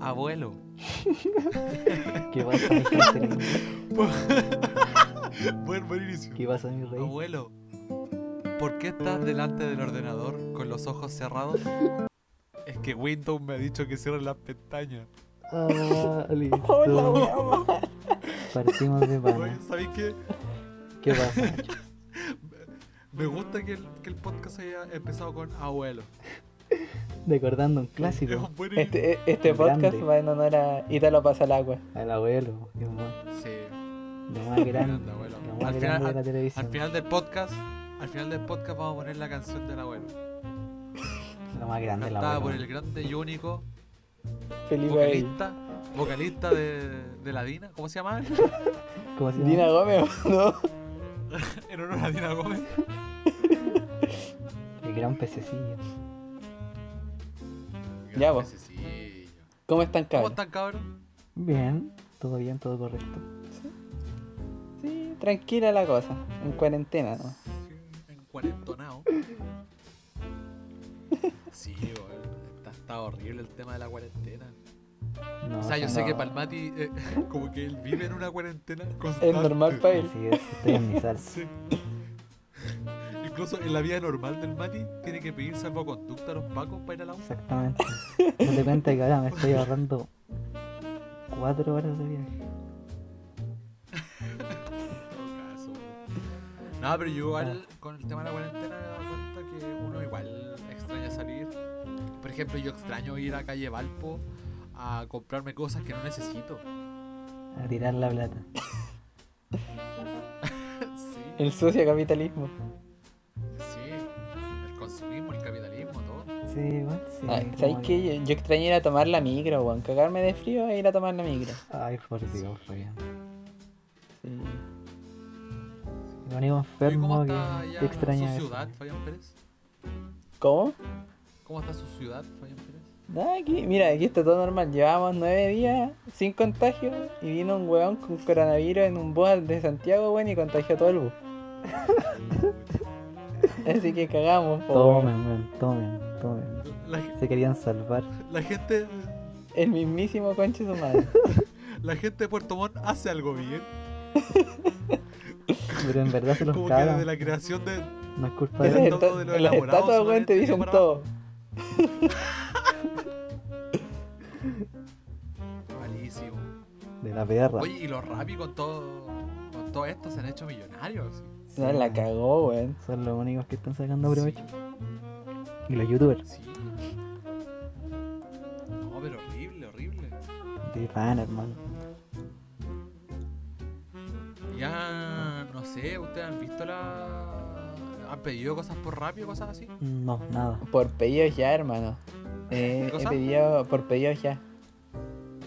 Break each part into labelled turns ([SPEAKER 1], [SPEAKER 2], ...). [SPEAKER 1] abuelo.
[SPEAKER 2] ¿Qué pasa, mi gente?
[SPEAKER 1] Buen, buen inicio.
[SPEAKER 2] ¿Qué pasa, mi rey?
[SPEAKER 1] Abuelo, ¿por qué estás delante del ordenador con los ojos cerrados? Es que Windows me ha dicho que cierre las pestañas.
[SPEAKER 2] Ah, listo.
[SPEAKER 3] Hola, weón.
[SPEAKER 2] Partimos de
[SPEAKER 1] Oye,
[SPEAKER 2] pana.
[SPEAKER 1] ¿sabéis qué?
[SPEAKER 2] ¿Qué pasa, Nacho?
[SPEAKER 1] Me gusta que el, que el podcast haya empezado con abuelo.
[SPEAKER 2] Recordando un
[SPEAKER 1] Es
[SPEAKER 2] clásico.
[SPEAKER 1] un buen inicio.
[SPEAKER 3] Este, este podcast
[SPEAKER 2] Grande.
[SPEAKER 3] va en honor a Italo Pasalagua.
[SPEAKER 2] Al abuelo. Dios mío.
[SPEAKER 1] Sí.
[SPEAKER 2] Lo más grande.
[SPEAKER 1] Grande, abuelo.
[SPEAKER 2] Lo más
[SPEAKER 1] Al
[SPEAKER 2] grande
[SPEAKER 1] final-
[SPEAKER 2] de la
[SPEAKER 1] Al
[SPEAKER 2] televisión.
[SPEAKER 1] final del podcast, al final del podcast vamos a poner la canción del abuelo.
[SPEAKER 2] Lo más grande, el
[SPEAKER 1] Cantada por
[SPEAKER 2] abuelo.
[SPEAKER 1] el grande y único
[SPEAKER 3] Felipe Abel.
[SPEAKER 1] vocalista, vocalista de, de la Dina, ¿cómo se llama?
[SPEAKER 2] ¿Cómo se llama?
[SPEAKER 3] Dina Gómez, ¿no?
[SPEAKER 1] En honor a Dina Gómez.
[SPEAKER 2] El gran pececillo.
[SPEAKER 3] Ya, vos.
[SPEAKER 1] Pececillo.
[SPEAKER 3] ¿Cómo están,
[SPEAKER 1] ¿Cómo
[SPEAKER 3] cabrón?
[SPEAKER 1] están, cabrón?
[SPEAKER 2] Bien. Todo bien, todo correcto.
[SPEAKER 3] Sí, tranquila la cosa. En cuarentena, ¿no?
[SPEAKER 1] En cuarentonao. Sí, weón. Está, está horrible el tema de la cuarentena.
[SPEAKER 2] No,
[SPEAKER 1] o sea, yo sé
[SPEAKER 3] no.
[SPEAKER 1] que Palmati, eh, como que él vive en una cuarentena constante.
[SPEAKER 3] Es normal para él.
[SPEAKER 2] Así es, estoy en mi salsa.
[SPEAKER 1] Sí. Incluso en la vida normal del Mati, tiene que pedir salvoconducta a los pacos para ir a la U.
[SPEAKER 2] Exactamente. Date cuenta que ahora me estoy ahorrando cuatro horas de viaje.
[SPEAKER 1] Caso. No, pero yo igual con el tema de la cuarentena me he dado cuenta que uno igual extraña salir. Por ejemplo, yo extraño ir a calle Valpo a comprarme cosas que no necesito.
[SPEAKER 2] A tirar la plata.
[SPEAKER 1] Sí,
[SPEAKER 3] El sucio capitalismo.
[SPEAKER 1] sí. El consumismo, el capitalismo, todo.
[SPEAKER 2] Sí, igual sí.
[SPEAKER 3] Ay,
[SPEAKER 2] como
[SPEAKER 3] Eh, ¿Sabes
[SPEAKER 2] que-
[SPEAKER 3] qué? Yo, yo extrañé ir a tomar la micro, weón. Cagarme de frío e ir a tomar la micro.
[SPEAKER 2] Ay, por Dios, Fabián.
[SPEAKER 3] Sí.
[SPEAKER 2] Lo único
[SPEAKER 1] ¿Y cómo
[SPEAKER 2] enfermo que,
[SPEAKER 1] está
[SPEAKER 2] que
[SPEAKER 1] ya
[SPEAKER 2] extraña
[SPEAKER 1] su
[SPEAKER 2] es.
[SPEAKER 1] ciudad, Fabián Pérez?
[SPEAKER 3] ¿Cómo?
[SPEAKER 1] ¿Cómo está su ciudad, Fabián Pérez?
[SPEAKER 3] No, aquí, mira, aquí está todo normal. Llevamos nueve días sin contagio y vino un weón con coronavirus en un bus de Santiago, weón, y contagió a todo el bus. Así que cagamos, po, weón.
[SPEAKER 2] Tomen, weón, tomen, tomen.
[SPEAKER 1] La,
[SPEAKER 2] Se querían salvar.
[SPEAKER 1] la gente
[SPEAKER 3] El mismísimo conche su madre.
[SPEAKER 1] la gente de Puerto Montt hace algo bien.
[SPEAKER 2] Pero en verdad se los
[SPEAKER 1] Como que desde
[SPEAKER 2] cagaron.
[SPEAKER 1] la creación de,
[SPEAKER 2] No es culpa
[SPEAKER 1] Ese
[SPEAKER 2] de
[SPEAKER 3] Esas
[SPEAKER 1] es
[SPEAKER 2] ellos.
[SPEAKER 1] todo de
[SPEAKER 3] esta-
[SPEAKER 1] lo
[SPEAKER 3] Las
[SPEAKER 1] elaborado,
[SPEAKER 3] estatuas, weón,
[SPEAKER 1] solamente
[SPEAKER 3] te dicen
[SPEAKER 1] para
[SPEAKER 3] todo.
[SPEAKER 1] Malísimo.
[SPEAKER 2] de la perra.
[SPEAKER 1] Oye, y los Rappi con todo, con todo esto se han hecho millonarios.
[SPEAKER 2] Sí,
[SPEAKER 3] No, la
[SPEAKER 2] weón.
[SPEAKER 3] cagó, weón.
[SPEAKER 2] Son los únicos que están sacando provecho. Y los youtubers.
[SPEAKER 1] Sí, sí. No, pero horrible, horrible.
[SPEAKER 2] De pan, hermano.
[SPEAKER 1] Ya, no sé, ¿ustedes han visto la... ¿Han pedido cosas por Rappi o cosas así?
[SPEAKER 2] No, nada.
[SPEAKER 3] Por pedidos ya, hermano. Eh,
[SPEAKER 1] ¿Qué
[SPEAKER 3] he
[SPEAKER 1] cosa?
[SPEAKER 3] pedido por pedidos ya.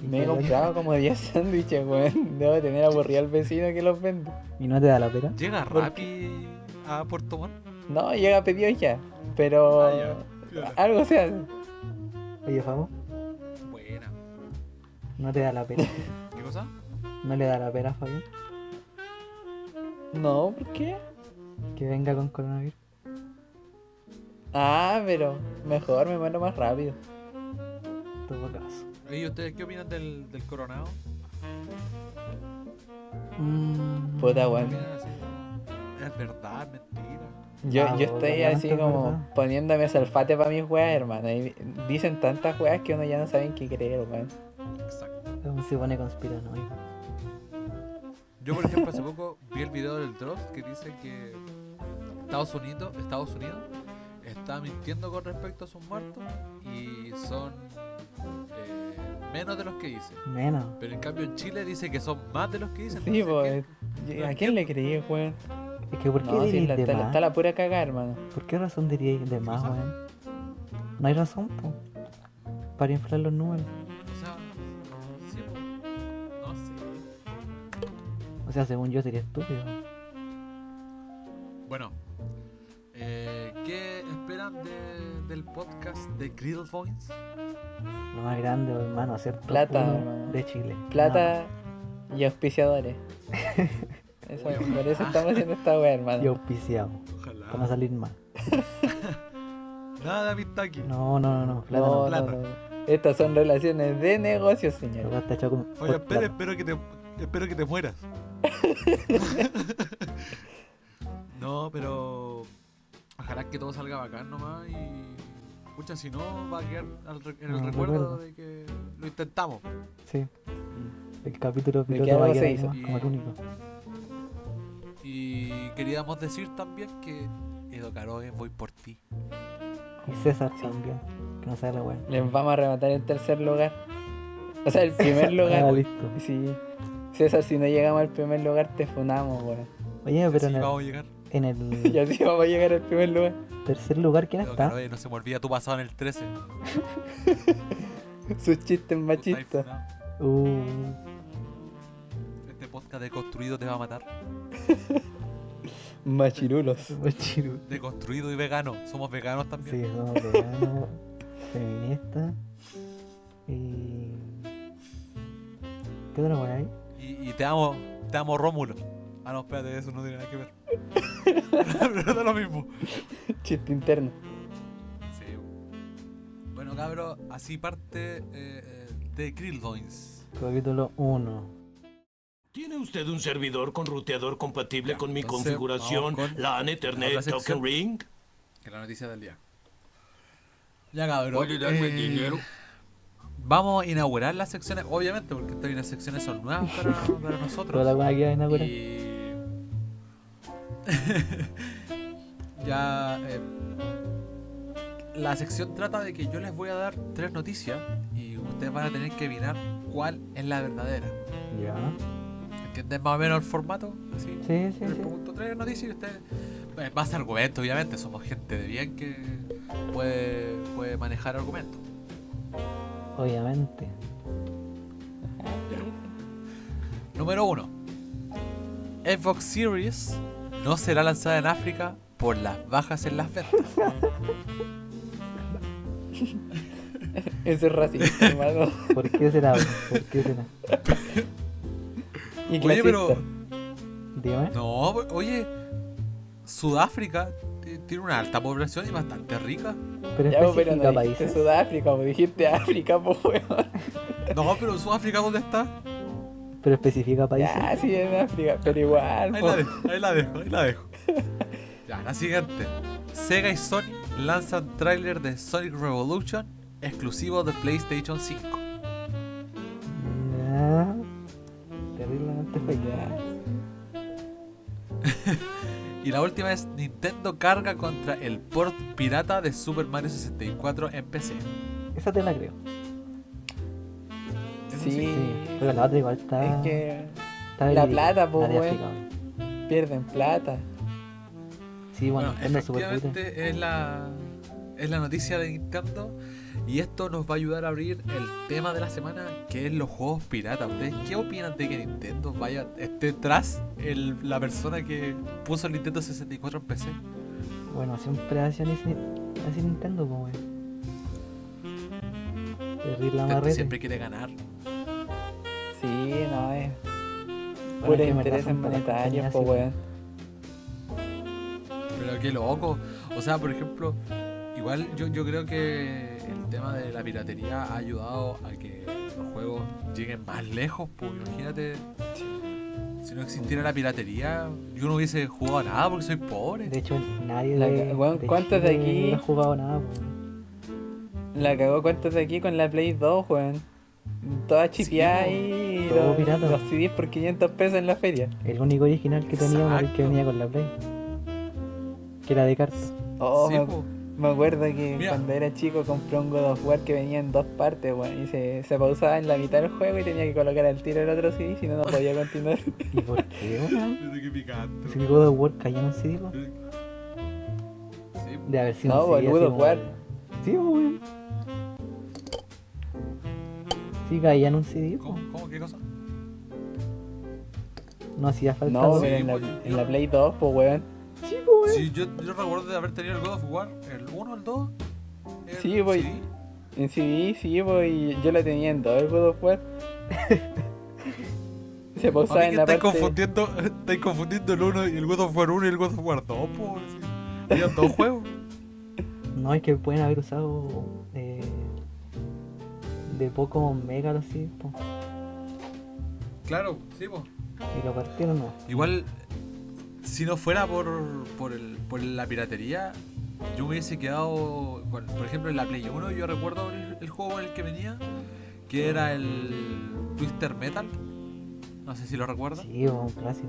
[SPEAKER 2] ¿Y
[SPEAKER 3] Me he
[SPEAKER 2] qué
[SPEAKER 3] comprado como 10 sándwiches, weón. Debo tener aburrido al vecino que los vende.
[SPEAKER 2] ¿Y no te da la pera?
[SPEAKER 1] ¿Llega
[SPEAKER 3] ¿Por
[SPEAKER 1] Rappi a Puerto Montt?
[SPEAKER 3] No, llega pedidos ya. Pero
[SPEAKER 1] Ah, ya.
[SPEAKER 3] algo se hace.
[SPEAKER 2] Oye, Fabo,
[SPEAKER 1] Buena.
[SPEAKER 2] no te da la pera.
[SPEAKER 1] ¿Qué cosa?
[SPEAKER 2] No le da la pera a Fabián
[SPEAKER 3] No, ¿por qué?
[SPEAKER 2] que venga con coronavirus.
[SPEAKER 3] Ah, pero mejor me muero más rápido.
[SPEAKER 2] Todo caso.
[SPEAKER 1] ¿Y ustedes qué opinan del, del coronado?
[SPEAKER 2] Mm,
[SPEAKER 3] Puta,
[SPEAKER 1] ¿Qué
[SPEAKER 3] weón.
[SPEAKER 1] opinan así? ¿Es verdad? ¿Mentira?
[SPEAKER 3] Yo,
[SPEAKER 2] Ah,
[SPEAKER 3] yo
[SPEAKER 2] puta,
[SPEAKER 3] estoy
[SPEAKER 2] weón, esto
[SPEAKER 3] así
[SPEAKER 2] es
[SPEAKER 3] como
[SPEAKER 2] verdad.
[SPEAKER 3] poniéndome salfate para mis weas, hermano. Y dicen tantas weas que uno ya no sabe en qué creer, weón.
[SPEAKER 1] Exacto.
[SPEAKER 2] Mm, Se pone conspiranoico.
[SPEAKER 1] Yo, por ejemplo, hace poco vi el video del Dross que dice que Estados Unidos, Estados Unidos está mintiendo con respecto a sus muertos y son eh, menos de los que dicen.
[SPEAKER 2] Menos.
[SPEAKER 1] Pero en cambio en Chile dice que son más de los que dicen.
[SPEAKER 3] Sí,
[SPEAKER 1] entonces,
[SPEAKER 3] pues. ¿A quién le creí, weón?
[SPEAKER 2] Es que ¿por qué
[SPEAKER 3] No, sí,
[SPEAKER 2] diréis
[SPEAKER 3] la-
[SPEAKER 2] de
[SPEAKER 3] está, la-
[SPEAKER 2] más?
[SPEAKER 3] está la pura cagada, hermano.
[SPEAKER 2] ¿Por qué razón diríais de más,
[SPEAKER 1] cosa?
[SPEAKER 2] weón? No hay razón, po. Para inflar los números.
[SPEAKER 1] ¿qué? O sea, sí, pues, no sé.
[SPEAKER 2] O sea, según yo sería estúpido.
[SPEAKER 1] Bueno, eh, ¿qué esperan de- del podcast de Griddle Points?
[SPEAKER 2] Lo más grande, hermano, hacer top
[SPEAKER 3] Plata,
[SPEAKER 2] uno
[SPEAKER 3] hermano.
[SPEAKER 2] de Chile.
[SPEAKER 3] Plata y auspiciadores. Eso-
[SPEAKER 1] Weón.
[SPEAKER 3] por eso estamos haciendo esta wea,
[SPEAKER 2] Nada. Y
[SPEAKER 3] hermano.
[SPEAKER 2] auspiciado.
[SPEAKER 1] Ojalá.
[SPEAKER 2] Para no salir mal.
[SPEAKER 1] Nada, Mistaki.
[SPEAKER 2] No, no, no, no. Plata no.
[SPEAKER 3] No, no, eh.
[SPEAKER 1] plata.
[SPEAKER 3] no. Estas son relaciones de negocios,
[SPEAKER 2] El
[SPEAKER 3] señor.
[SPEAKER 2] weón está hecho como.
[SPEAKER 1] Oye,
[SPEAKER 2] por
[SPEAKER 1] espera,
[SPEAKER 2] plata.
[SPEAKER 1] espero que te, espero que te mueras. no, pero ojalá que todo salga bacán nomás y escucha, si no va a quedar al re- en el
[SPEAKER 2] No,
[SPEAKER 1] recuerdo
[SPEAKER 2] recuerdo.
[SPEAKER 1] de que lo intentamos.
[SPEAKER 2] Sí. El capítulo
[SPEAKER 3] qué
[SPEAKER 2] piloto va a
[SPEAKER 3] Mm. algo se
[SPEAKER 2] quedar ahí
[SPEAKER 3] hizo?
[SPEAKER 2] nomás como el único.
[SPEAKER 1] Y queríamos decir también que Edo Caroe, voy por ti.
[SPEAKER 2] Y César también. Que no sabe la weá.
[SPEAKER 3] Les vamos a arrebatar el tercer lugar. O sea, el primer
[SPEAKER 2] Ah,
[SPEAKER 3] lugar.
[SPEAKER 2] listo.
[SPEAKER 3] Sí. César, si no llegamos al primer lugar, te funamos, weón.
[SPEAKER 2] Oye, pero
[SPEAKER 1] Sí,
[SPEAKER 2] en el,
[SPEAKER 1] vamos a llegar.
[SPEAKER 2] en
[SPEAKER 3] Y
[SPEAKER 2] el
[SPEAKER 3] así vamos a llegar al primer lugar.
[SPEAKER 2] tercer lugar, ¿quién
[SPEAKER 1] Edo
[SPEAKER 2] está?
[SPEAKER 1] Caroe, no se me olvida tu pasado en el 13.
[SPEAKER 3] Sus chistes
[SPEAKER 1] Tú estás
[SPEAKER 3] machistas.
[SPEAKER 1] funado.
[SPEAKER 2] Uh,
[SPEAKER 1] Este podcast de construido te va a matar.
[SPEAKER 3] Machirulos.
[SPEAKER 2] Machiru.
[SPEAKER 1] De construido y vegano. Somos veganos también.
[SPEAKER 2] Sí, somos veganos, feministas. Y. ¿Qué otra weá hay?
[SPEAKER 1] Y, y te amo, te amo Rómulo. Ah, no, espérate, eso no tiene nada que ver. Pero no es lo mismo.
[SPEAKER 3] Chiste interno.
[SPEAKER 1] Sí. Bueno, cabros, así parte eh, eh, de Krilldoins.
[SPEAKER 2] Capítulo 1.
[SPEAKER 4] ¿Tiene usted un servidor con ruteador compatible
[SPEAKER 1] Ya,
[SPEAKER 4] con mi
[SPEAKER 1] entonces,
[SPEAKER 4] configuración
[SPEAKER 1] vamos con
[SPEAKER 4] LAN
[SPEAKER 1] la
[SPEAKER 4] Ethernet
[SPEAKER 1] sección.
[SPEAKER 4] Token Ring?
[SPEAKER 1] Que la noticia del día. Ya, cabros.
[SPEAKER 4] ¿Puede darme dinero?
[SPEAKER 1] Vamos a inaugurar las secciones, obviamente, porque estas las secciones son nuevas para, para
[SPEAKER 2] Toda la
[SPEAKER 1] nosotros.
[SPEAKER 2] weá que hay en la
[SPEAKER 1] Y... ya. eh, la sección trata de que yo les voy a dar tres noticias y ustedes van a tener que adivinar cuál es la verdadera.
[SPEAKER 2] Ya.
[SPEAKER 1] ¿Entienden más o menos el formato? Así.
[SPEAKER 2] Sí, sí,
[SPEAKER 1] Les
[SPEAKER 2] sí.
[SPEAKER 1] pregunto tres noticias y ustedes. eh, Más argumentos, obviamente. Somos gente de bien que puede, puede manejar argumentos.
[SPEAKER 2] Obviamente.
[SPEAKER 1] Número uno Xbox Series no será lanzada en África por las bajas en las ventas.
[SPEAKER 3] Eso es racista, hermano.
[SPEAKER 2] ¿Por qué será? weón? ¿Por qué será?
[SPEAKER 3] Y
[SPEAKER 1] Oye, pero.
[SPEAKER 3] clasista.
[SPEAKER 2] Dígame.
[SPEAKER 1] No, po- oye, Sudáfrica ti- tiene una alta población y bastante rica.
[SPEAKER 2] Pero
[SPEAKER 3] Ya, pues, pero
[SPEAKER 2] especifica
[SPEAKER 3] no dijiste
[SPEAKER 2] países.
[SPEAKER 3] Sudáfrica, me dijiste África, po, weón.
[SPEAKER 1] No, pero Sudáfrica, ¿dónde está?
[SPEAKER 2] Pero especifica
[SPEAKER 3] Ya,
[SPEAKER 2] países.
[SPEAKER 3] sí, en África, pero igual,
[SPEAKER 1] Ahí
[SPEAKER 3] po.
[SPEAKER 1] la dejo, ahí la dejo, ahí la dejo. Ya, la siguiente. Sega y Sony lanzan tráiler de Sonic Revolution exclusivo de PlayStation 5.
[SPEAKER 2] Ya. Terriblemente fake.
[SPEAKER 3] Ya.
[SPEAKER 1] Y la última es Nintendo carga contra el port pirata de Super Mario 64 en PC.
[SPEAKER 2] Esa te la creo.
[SPEAKER 3] Sí,
[SPEAKER 2] Sí. Pero la otra igual está.
[SPEAKER 3] es que
[SPEAKER 2] está
[SPEAKER 3] la
[SPEAKER 2] dividida,
[SPEAKER 3] plata, po,
[SPEAKER 2] la de
[SPEAKER 3] weón.
[SPEAKER 2] África, weón.
[SPEAKER 3] pierden plata.
[SPEAKER 2] Sí, bueno,
[SPEAKER 1] Bueno,
[SPEAKER 2] Nintendo Super puta.
[SPEAKER 1] efectivamente es la, es la noticia de Nintendo y esto nos va a ayudar a abrir el tema de la semana que es los juegos piratas. ¿Ustedes qué opinan de que Nintendo vaya esté tras el- la persona que puso el Nintendo 64 en PC?
[SPEAKER 2] Bueno, siempre ha sido así, así Nintendo, po, weón. Terrible la
[SPEAKER 1] Nintendo
[SPEAKER 2] marrete.
[SPEAKER 1] siempre quiere ganar.
[SPEAKER 3] Sí, no,
[SPEAKER 2] Bueno, es
[SPEAKER 3] es pura
[SPEAKER 2] que en verdad
[SPEAKER 3] intereses
[SPEAKER 2] son pocas
[SPEAKER 3] monetarios,
[SPEAKER 2] compañías,
[SPEAKER 3] pues, po,
[SPEAKER 2] sí.
[SPEAKER 3] weón.
[SPEAKER 1] Pero qué loco. O sea, por ejemplo, igual yo, yo creo que el tema de la piratería ha ayudado a que los juegos lleguen más lejos. Pues imagínate, si no existiera la piratería, yo no hubiese jugado a nada porque soy pobre.
[SPEAKER 2] De hecho, nadie
[SPEAKER 3] La
[SPEAKER 2] de,
[SPEAKER 3] ca- weón,
[SPEAKER 2] de
[SPEAKER 3] ¿cuántos de
[SPEAKER 2] Chile
[SPEAKER 3] aquí?
[SPEAKER 2] no ha jugado nada, po, weón.
[SPEAKER 3] La cagó cuántos de aquí con la Play 2, weón. Toda chipeada
[SPEAKER 1] po.
[SPEAKER 3] y
[SPEAKER 2] Todo
[SPEAKER 3] los,
[SPEAKER 2] pirata.
[SPEAKER 3] los CDs por 500 pesos en la feria.
[SPEAKER 2] El único original que teníamos era el que
[SPEAKER 1] Exacto.
[SPEAKER 2] venía con la Play. Que era de cartas.
[SPEAKER 3] Oh,
[SPEAKER 1] Sí,
[SPEAKER 3] me,
[SPEAKER 1] po.
[SPEAKER 3] me acuerdo que
[SPEAKER 1] Mira.
[SPEAKER 3] cuando era chico compré un God of War que venía en dos partes, weón. Y se, se pausaba en la mitad del juego y tenía que colocar al tiro el otro CD, si no, no podía continuar.
[SPEAKER 2] ¿Y por qué, weón? Si
[SPEAKER 1] Sí,
[SPEAKER 2] el God of War caía en un CD, po.
[SPEAKER 1] po.
[SPEAKER 2] De haber sido
[SPEAKER 3] No,
[SPEAKER 2] un
[SPEAKER 3] po,
[SPEAKER 2] CD.
[SPEAKER 3] el God
[SPEAKER 2] así
[SPEAKER 3] of
[SPEAKER 2] como
[SPEAKER 3] War.
[SPEAKER 2] de- Sí, po, weón. Sí, caía en un CD, po.
[SPEAKER 1] ¿Cómo, ¿Cómo? ¿Qué cosa?
[SPEAKER 2] No hacía falta.
[SPEAKER 3] No,
[SPEAKER 2] weón.
[SPEAKER 3] pero en la, en la Play 2, pues weón.
[SPEAKER 2] Sí, po,
[SPEAKER 3] Pues.
[SPEAKER 2] weón.
[SPEAKER 1] Sí, yo, yo recuerdo de haber tenido el God of War, el 1, el 2. el
[SPEAKER 3] Sí, voy.
[SPEAKER 1] CD.
[SPEAKER 3] En CD, sí, pues y yo la tenía en dos, el God of War. se pausaba
[SPEAKER 1] Papi,
[SPEAKER 3] en
[SPEAKER 1] que
[SPEAKER 3] la
[SPEAKER 1] estáis
[SPEAKER 3] parte...
[SPEAKER 1] confundiendo, estáis confundiendo el uno, el God of War 1 y el God of War 2, po. sí. Eran dos juegos.
[SPEAKER 2] No, es que pueden haber usado eh, de Pokémon Mega los sí, po,
[SPEAKER 1] Claro, sí, po.
[SPEAKER 2] y lo partieron, no.
[SPEAKER 1] Igual, si no fuera por, por, el- por la piratería, yo me hubiese quedado. con- por ejemplo, en la Play 1, yo recuerdo el, el juego en el que venía, que era el Twister Metal. No sé si lo recuerdas.
[SPEAKER 2] Sí, po, un clásico.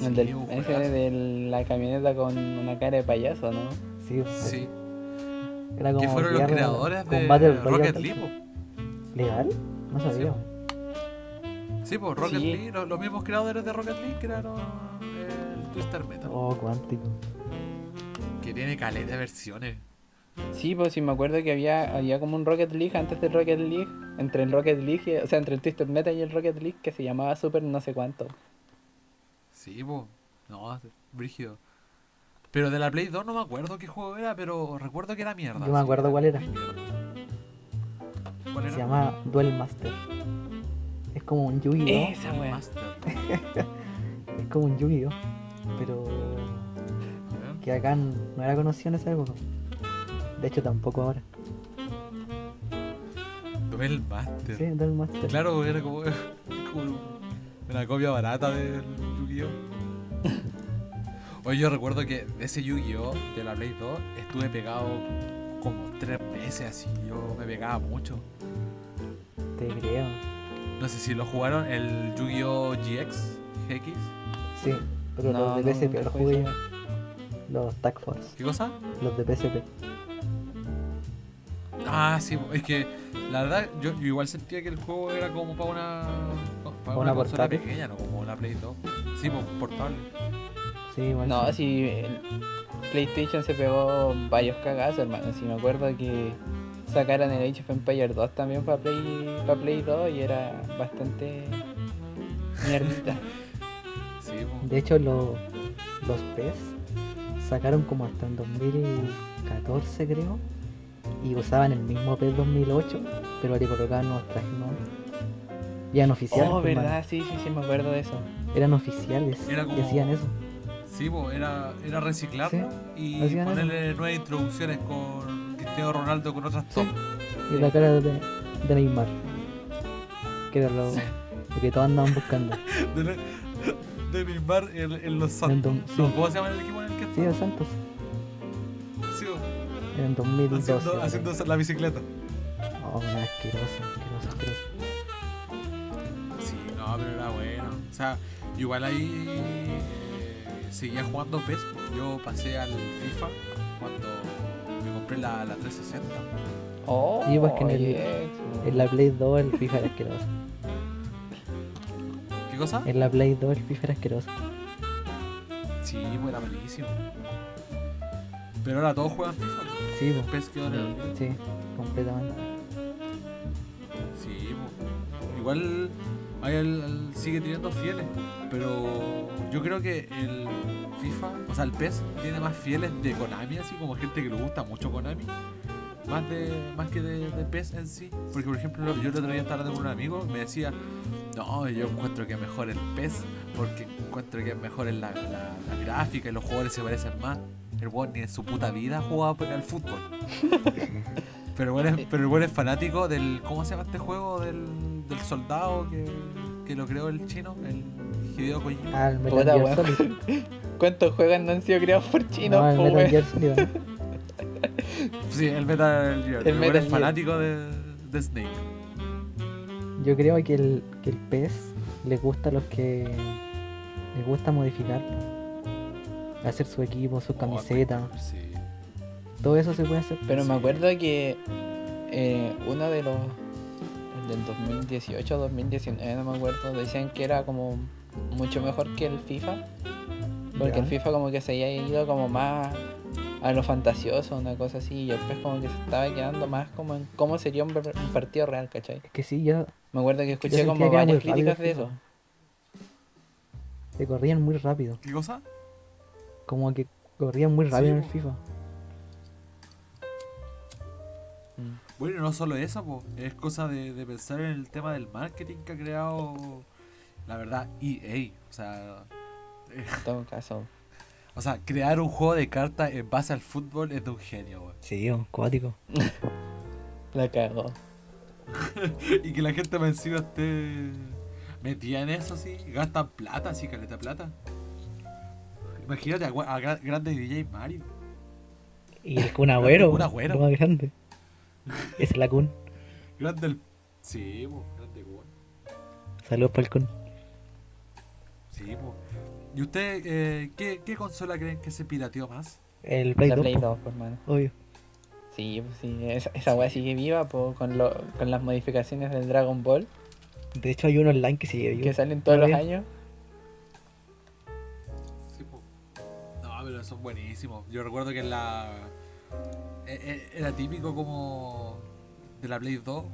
[SPEAKER 1] Sí,
[SPEAKER 3] El del-
[SPEAKER 1] un
[SPEAKER 3] ese
[SPEAKER 1] juegazo.
[SPEAKER 3] de la camioneta con una cara de payaso, ¿no?
[SPEAKER 2] Sí, po.
[SPEAKER 1] Sí,
[SPEAKER 2] Era como
[SPEAKER 1] que fueron los
[SPEAKER 2] guerra
[SPEAKER 1] creadores
[SPEAKER 2] con
[SPEAKER 1] de
[SPEAKER 2] Battle Royale,
[SPEAKER 1] Rocket
[SPEAKER 2] tal,
[SPEAKER 1] League.
[SPEAKER 2] po.
[SPEAKER 1] po.
[SPEAKER 2] ¿Legal? No sabía.
[SPEAKER 1] Sí, pues Rocket
[SPEAKER 3] Sí.
[SPEAKER 1] League, lo- los, mismos creadores de Rocket League crearon eh, el Twister Metal,
[SPEAKER 2] Oh, cuántico.
[SPEAKER 1] que tiene caleta de versiones.
[SPEAKER 3] Sí, pues sí, me acuerdo que había, había como un Rocket League antes del Rocket League, entre el Rocket League, y- o sea, entre el Twisted Metal y el Rocket League, que se llamaba Super no sé cuánto.
[SPEAKER 1] Sí, pues, no, brígido. Pero de la Play 2 no me acuerdo qué juego era, pero recuerdo que era mierda.
[SPEAKER 2] Yo me
[SPEAKER 1] sí.
[SPEAKER 2] acuerdo cuál era.
[SPEAKER 1] ¿Cuál
[SPEAKER 2] Se
[SPEAKER 1] era?
[SPEAKER 2] llama Duel Master. Es como un Yu-Gi-Oh!
[SPEAKER 3] Esa wea.
[SPEAKER 1] Master.
[SPEAKER 2] Es como un Yu-Gi-Oh! Pero
[SPEAKER 1] ¿eh?
[SPEAKER 2] que acá no era conocido en esa época. De hecho, tampoco ahora.
[SPEAKER 1] Duel Master.
[SPEAKER 2] Sí, Duel Master.
[SPEAKER 1] Claro, era como, como una copia barata del Yu-Gi-Oh! Oye, yo recuerdo que de ese Yu-Gi-Oh! de la Play 2 estuve pegado como tres meses así, yo me pegaba mucho.
[SPEAKER 2] Te creo.
[SPEAKER 1] No sé si lo jugaron, el Yu-Gi-Oh! GX, GX,
[SPEAKER 2] Sí, pero
[SPEAKER 3] No,
[SPEAKER 2] los de
[SPEAKER 3] no,
[SPEAKER 2] PSP
[SPEAKER 3] nunca
[SPEAKER 2] los
[SPEAKER 3] jugué
[SPEAKER 2] jugué yo.
[SPEAKER 3] esa
[SPEAKER 2] Los Tag Force,
[SPEAKER 1] ¿qué cosa?
[SPEAKER 2] los de PSP.
[SPEAKER 1] Ah, sí, es que la verdad yo, yo igual sentía que el juego era como para una, para una, consola
[SPEAKER 2] Una portátil.
[SPEAKER 1] pequeña, no como una Play 2. Sí, po- portable.
[SPEAKER 2] Sí, igual.
[SPEAKER 3] No,
[SPEAKER 2] sí.
[SPEAKER 3] sí, el PlayStation se pegó varios cagazos, hermano. Si me acuerdo que sacaran el Age of Empires 2 también para Play, para Play 2 y era bastante mierdita.
[SPEAKER 1] Sí, po.
[SPEAKER 2] De hecho, lo- los PES sacaron como hasta el 2014, creo. Y usaban el mismo E PES 2008, pero le colocaban nuevos trajes nuevos. Y eran oficiales.
[SPEAKER 3] oh,
[SPEAKER 2] pues, man.
[SPEAKER 3] verdad, sí, sí, sí, me acuerdo de eso.
[SPEAKER 2] Eran oficiales.
[SPEAKER 1] Era como-
[SPEAKER 2] Y hacían eso.
[SPEAKER 1] Sí, po, era, era reciclarlo y
[SPEAKER 2] hacían eso.
[SPEAKER 1] ponerle nuevas introducciones con Cristiano Ronaldo con otras
[SPEAKER 2] Sí.
[SPEAKER 1] top.
[SPEAKER 2] Y la cara de, de Neymar. Que era lo, lo que todos andaban buscando.
[SPEAKER 1] De, la- de Neymar en, en los Santos.
[SPEAKER 2] Random, sí.
[SPEAKER 1] No, ¿Cómo se llama el equipo en el que
[SPEAKER 2] Sí,
[SPEAKER 1] está?
[SPEAKER 2] los Santos.
[SPEAKER 1] Sí, po,
[SPEAKER 2] En el 2012.
[SPEAKER 1] haciendo, haciendo la bicicleta.
[SPEAKER 2] Oh, man, asqueroso, asqueroso, asqueroso.
[SPEAKER 1] Sí, no, pero era bueno. O sea, igual ahí eh, seguía jugando PES. Yo pasé al FIFA cuando me compré la, la 360.
[SPEAKER 3] Oh,
[SPEAKER 2] Sí, pues que en el-
[SPEAKER 3] yes.
[SPEAKER 2] En la Play 2 el FIFA era asqueroso.
[SPEAKER 1] ¿Qué cosa?
[SPEAKER 2] En la Play 2 el FIFA era asqueroso.
[SPEAKER 1] Sí, pues era malísimo. Pero ahora todos juegan FIFA.
[SPEAKER 2] Sí, pues, po.
[SPEAKER 1] PES quedó en el olvido.
[SPEAKER 2] Sí, completamente.
[SPEAKER 1] Sí, po. igual ahí él- él sigue teniendo fieles, pero yo creo que el FIFA, o sea, el PES tiene más fieles de Konami, así como gente que le gusta mucho Konami, más de más que de, de PES en sí. Porque, por ejemplo, yo el otro día estaba hablando con un amigo y me decía, no, yo encuentro que es mejor el PES porque encuentro que es mejor en la, la- la gráfica y los jugadores se parecen más. El weón ni en su puta vida ha jugado al fútbol. Pero bueno, es, pero bueno, es fanático del. ¿Cómo se llama este juego? Del, del soldado que, que lo creó el chino, el Hideo Kojima.
[SPEAKER 2] Ah, el Metal
[SPEAKER 3] Puta,
[SPEAKER 2] Gear
[SPEAKER 3] weón.
[SPEAKER 2] Solid.
[SPEAKER 3] ¿Cuántos juegos no han sido creados por chinos?
[SPEAKER 2] no, pues, el Metal
[SPEAKER 3] po, weón?
[SPEAKER 2] Gear Solid. ¿no?
[SPEAKER 1] Sí, el Metal Gear.
[SPEAKER 3] El
[SPEAKER 1] El
[SPEAKER 3] Metal
[SPEAKER 1] es
[SPEAKER 3] Gear.
[SPEAKER 1] fanático de, de Snake.
[SPEAKER 2] Yo creo que el, que el PES les gusta a los que les gusta modificar. po. Hacer su equipo, sus camisetas.
[SPEAKER 1] Sí.
[SPEAKER 2] Todo eso se puede hacer.
[SPEAKER 3] Pero me
[SPEAKER 1] Sí.
[SPEAKER 3] acuerdo que eh, uno de los el del 2018 2019, no me acuerdo, decían que era como mucho mejor que el FIFA. Porque
[SPEAKER 2] Ya.
[SPEAKER 3] el FIFA como que se había ido como más a lo fantasioso, una cosa así, y el PES como que se estaba quedando más como en cómo sería un, ver- un partido real, ¿cachai?
[SPEAKER 2] Es que sí, ya
[SPEAKER 3] Me acuerdo que escuché
[SPEAKER 2] sentía
[SPEAKER 3] como
[SPEAKER 2] que era
[SPEAKER 3] varias
[SPEAKER 2] muy rápido
[SPEAKER 3] críticas de
[SPEAKER 2] el
[SPEAKER 3] eso.
[SPEAKER 2] FIFA. se corrían muy rápido.
[SPEAKER 1] ¿Qué cosa?
[SPEAKER 2] Como que corrían muy rápido en el
[SPEAKER 1] po.
[SPEAKER 2] FIFA.
[SPEAKER 3] Mm,
[SPEAKER 1] Bueno, no solo eso, po, es cosa de, de pensar en el tema del marketing que ha creado, la verdad, EA. O sea,
[SPEAKER 3] En todo caso.
[SPEAKER 1] o sea crear un juego de cartas en base al fútbol es de un genio, weón.
[SPEAKER 2] Sí, un cuático.
[SPEAKER 3] La cagó.
[SPEAKER 1] y que la gente me encima esté metida en eso, sí. Gastan plata, sí, caleta plata. Imagínate a, gua- a gra- grande DJ Mario.
[SPEAKER 2] Y el Kun Agüero.
[SPEAKER 1] El Kun Agüero.
[SPEAKER 2] lo más grande. Es el Kun.
[SPEAKER 1] Grande el. Sí, po, grande weón.
[SPEAKER 2] Saludos para el Kun.
[SPEAKER 1] Sí, po. ¿Y usted eh, ¿qué, qué consola creen que se pirateó más?
[SPEAKER 2] El Play
[SPEAKER 3] La
[SPEAKER 2] 2,
[SPEAKER 3] Play
[SPEAKER 2] po,
[SPEAKER 3] 2, por mano.
[SPEAKER 2] obvio.
[SPEAKER 3] Sí, pues sí, esa, esa weá sigue viva po, con, lo- con las modificaciones del Dragon Ball
[SPEAKER 2] De hecho, hay uno online que sigue vivo.
[SPEAKER 3] que salen todos los
[SPEAKER 2] Todavía.
[SPEAKER 3] años.
[SPEAKER 1] Sí, po. No, pero son buenísimos. Yo recuerdo que en la. e- e- Era típico como. De la Play 2. eh,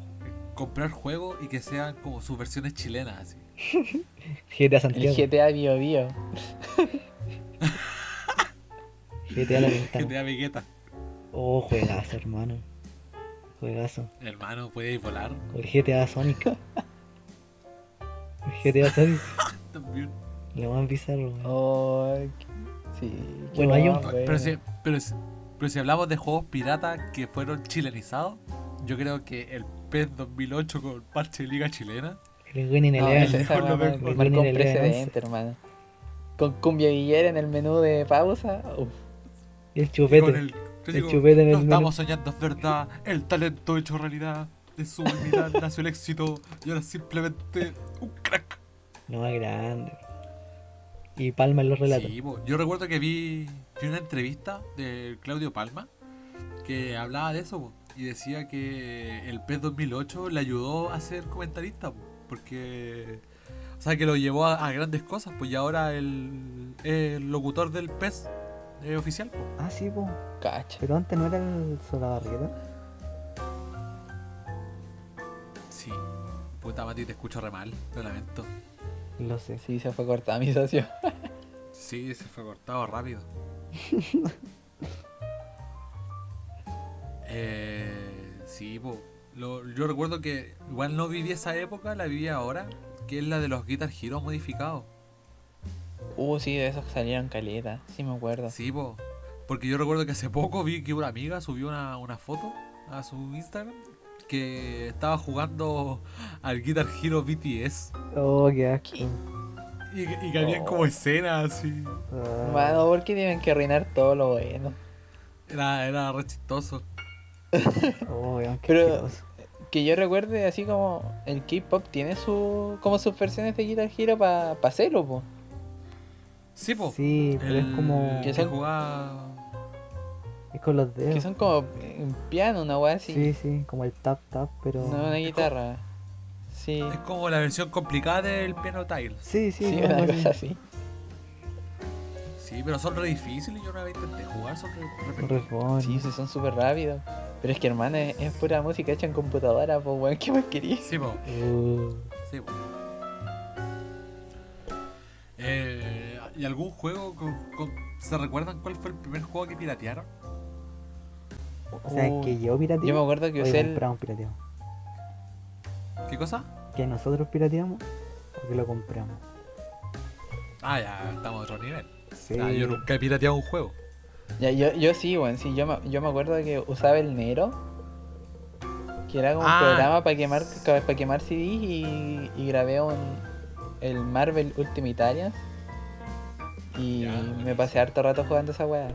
[SPEAKER 1] Comprar juegos y que sean como sus versiones chilenas, así.
[SPEAKER 2] GTA
[SPEAKER 3] El
[SPEAKER 2] Santiago.
[SPEAKER 3] GTA Bio Bio.
[SPEAKER 2] GTA La Ventana.
[SPEAKER 1] GTA Vegeta.
[SPEAKER 2] Oh, juegazo, hermano. Juegazo.
[SPEAKER 1] Hermano, puede volar
[SPEAKER 2] El GTA Sonic. El GTA Sonic.
[SPEAKER 1] también.
[SPEAKER 2] Lo más bizarro, weón.
[SPEAKER 3] Oh, sí, qué
[SPEAKER 2] Bueno, hay un-
[SPEAKER 3] guapo,
[SPEAKER 1] Pero
[SPEAKER 3] Ah, bueno.
[SPEAKER 1] si, pero, si, pero si hablamos de juegos piratas que fueron chilenizados, yo creo que el PES 2008 con parche de Liga Chilena.
[SPEAKER 2] El Winning
[SPEAKER 3] No,
[SPEAKER 2] Eleven.
[SPEAKER 3] esa- esa
[SPEAKER 1] Mejor lo
[SPEAKER 3] weá
[SPEAKER 1] mejor.
[SPEAKER 3] marcó un
[SPEAKER 2] Winning Eleven,
[SPEAKER 3] precedente, hermano. Con cumbia villera en el menú de pausa. uf.
[SPEAKER 2] El chupete.
[SPEAKER 1] Con el, yo
[SPEAKER 2] el chupete en el
[SPEAKER 1] "No
[SPEAKER 2] menú".
[SPEAKER 1] estamos soñando, es verdad. El talento hecho realidad. De su humildad nació el éxito. Y ahora simplemente un crack.
[SPEAKER 2] No, es grande. Y Palma en los relatos.
[SPEAKER 1] Sí, po. yo recuerdo que vi, vi una entrevista de Claudio Palma que hablaba de eso po, y decía que el E PES 2008 le ayudó a ser comentarista po, porque o sea que lo llevó a, a grandes cosas pues y ahora el, el locutor del PES eh, oficial po.
[SPEAKER 2] Ah, sí, po.
[SPEAKER 3] Cacha.
[SPEAKER 2] Pero antes no era el Solabarrieta.
[SPEAKER 1] sí puta Mati te escucho re mal lo lamento
[SPEAKER 2] Lo sé.
[SPEAKER 3] Sí, se fue cortada mi socio.
[SPEAKER 1] sí se fue cortado rápido Eh, sí, po. Lo- yo recuerdo que igual no viví esa época, la viví ahora, que es la de los Guitar Hero modificados.
[SPEAKER 3] Uh, sí, de esos salieron caleta. Sí, me acuerdo.
[SPEAKER 1] Sí, po. Porque yo recuerdo que hace poco vi que una amiga subió una, una foto a su Instagram que estaba jugando al Guitar Hero BTS.
[SPEAKER 2] Oh, qué asco.
[SPEAKER 1] Y, y que habían como escenas así.
[SPEAKER 2] Ah,
[SPEAKER 3] Mano, ¿por qué tienen que arruinar todo lo bueno?
[SPEAKER 1] Era, era re chistoso.
[SPEAKER 2] Oh, weón, qué
[SPEAKER 3] Pero-
[SPEAKER 2] asqueroso.
[SPEAKER 3] Que yo recuerde, así como el K-pop tiene su, como sus versiones de Guitar Hero para pa celo, po.
[SPEAKER 1] Sí, po.
[SPEAKER 2] Sí, pero es
[SPEAKER 1] El
[SPEAKER 2] como.
[SPEAKER 1] que
[SPEAKER 3] Que son-
[SPEAKER 1] jugaba-
[SPEAKER 2] Es con los
[SPEAKER 3] Que
[SPEAKER 2] dedos.
[SPEAKER 3] son como eh, un piano, una weá así.
[SPEAKER 2] Sí, sí, como el tap tap, pero.
[SPEAKER 3] No, una guitarra. Sí,
[SPEAKER 1] Es como la versión complicada del piano tiles.
[SPEAKER 2] Sí, sí,
[SPEAKER 3] sí,
[SPEAKER 2] no,
[SPEAKER 3] una
[SPEAKER 2] bueno,
[SPEAKER 3] cosa así.
[SPEAKER 1] Sí, pero son re difíciles. Yo una vez intenté jugar, son re, re
[SPEAKER 2] un refón.
[SPEAKER 3] Sí, sí, son súper rápidos. Pero es que, hermano, es, es pura música hecha en computadora, po, weón, ¿qué más querís?
[SPEAKER 1] Sí, po.
[SPEAKER 2] Uh,
[SPEAKER 1] Sí, po. Eh, ¿Y algún juego con- con- se recuerdan cuál fue el primer juego que piratearon?
[SPEAKER 2] o sea,
[SPEAKER 3] Uh,
[SPEAKER 2] que yo pirateo.
[SPEAKER 3] Yo me acuerdo que
[SPEAKER 2] o
[SPEAKER 3] usé el...
[SPEAKER 2] compramos pirateado.
[SPEAKER 1] ¿Qué cosa?
[SPEAKER 2] Que nosotros pirateamos o que lo compramos.
[SPEAKER 1] Ah, ya, estamos a otro nivel.
[SPEAKER 2] Sí.
[SPEAKER 1] Ah, yo nunca he pirateado un juego.
[SPEAKER 3] Ya, yo, yo sí, weón, sí, yo me, yo me acuerdo que usaba el Nero, que era como
[SPEAKER 1] Ah.
[SPEAKER 3] un programa para quemar, para quemar CDs y, y grabé un, el Marvel Ultimate Italians y
[SPEAKER 1] Ya,
[SPEAKER 3] me pasé harto rato jugando esa weá.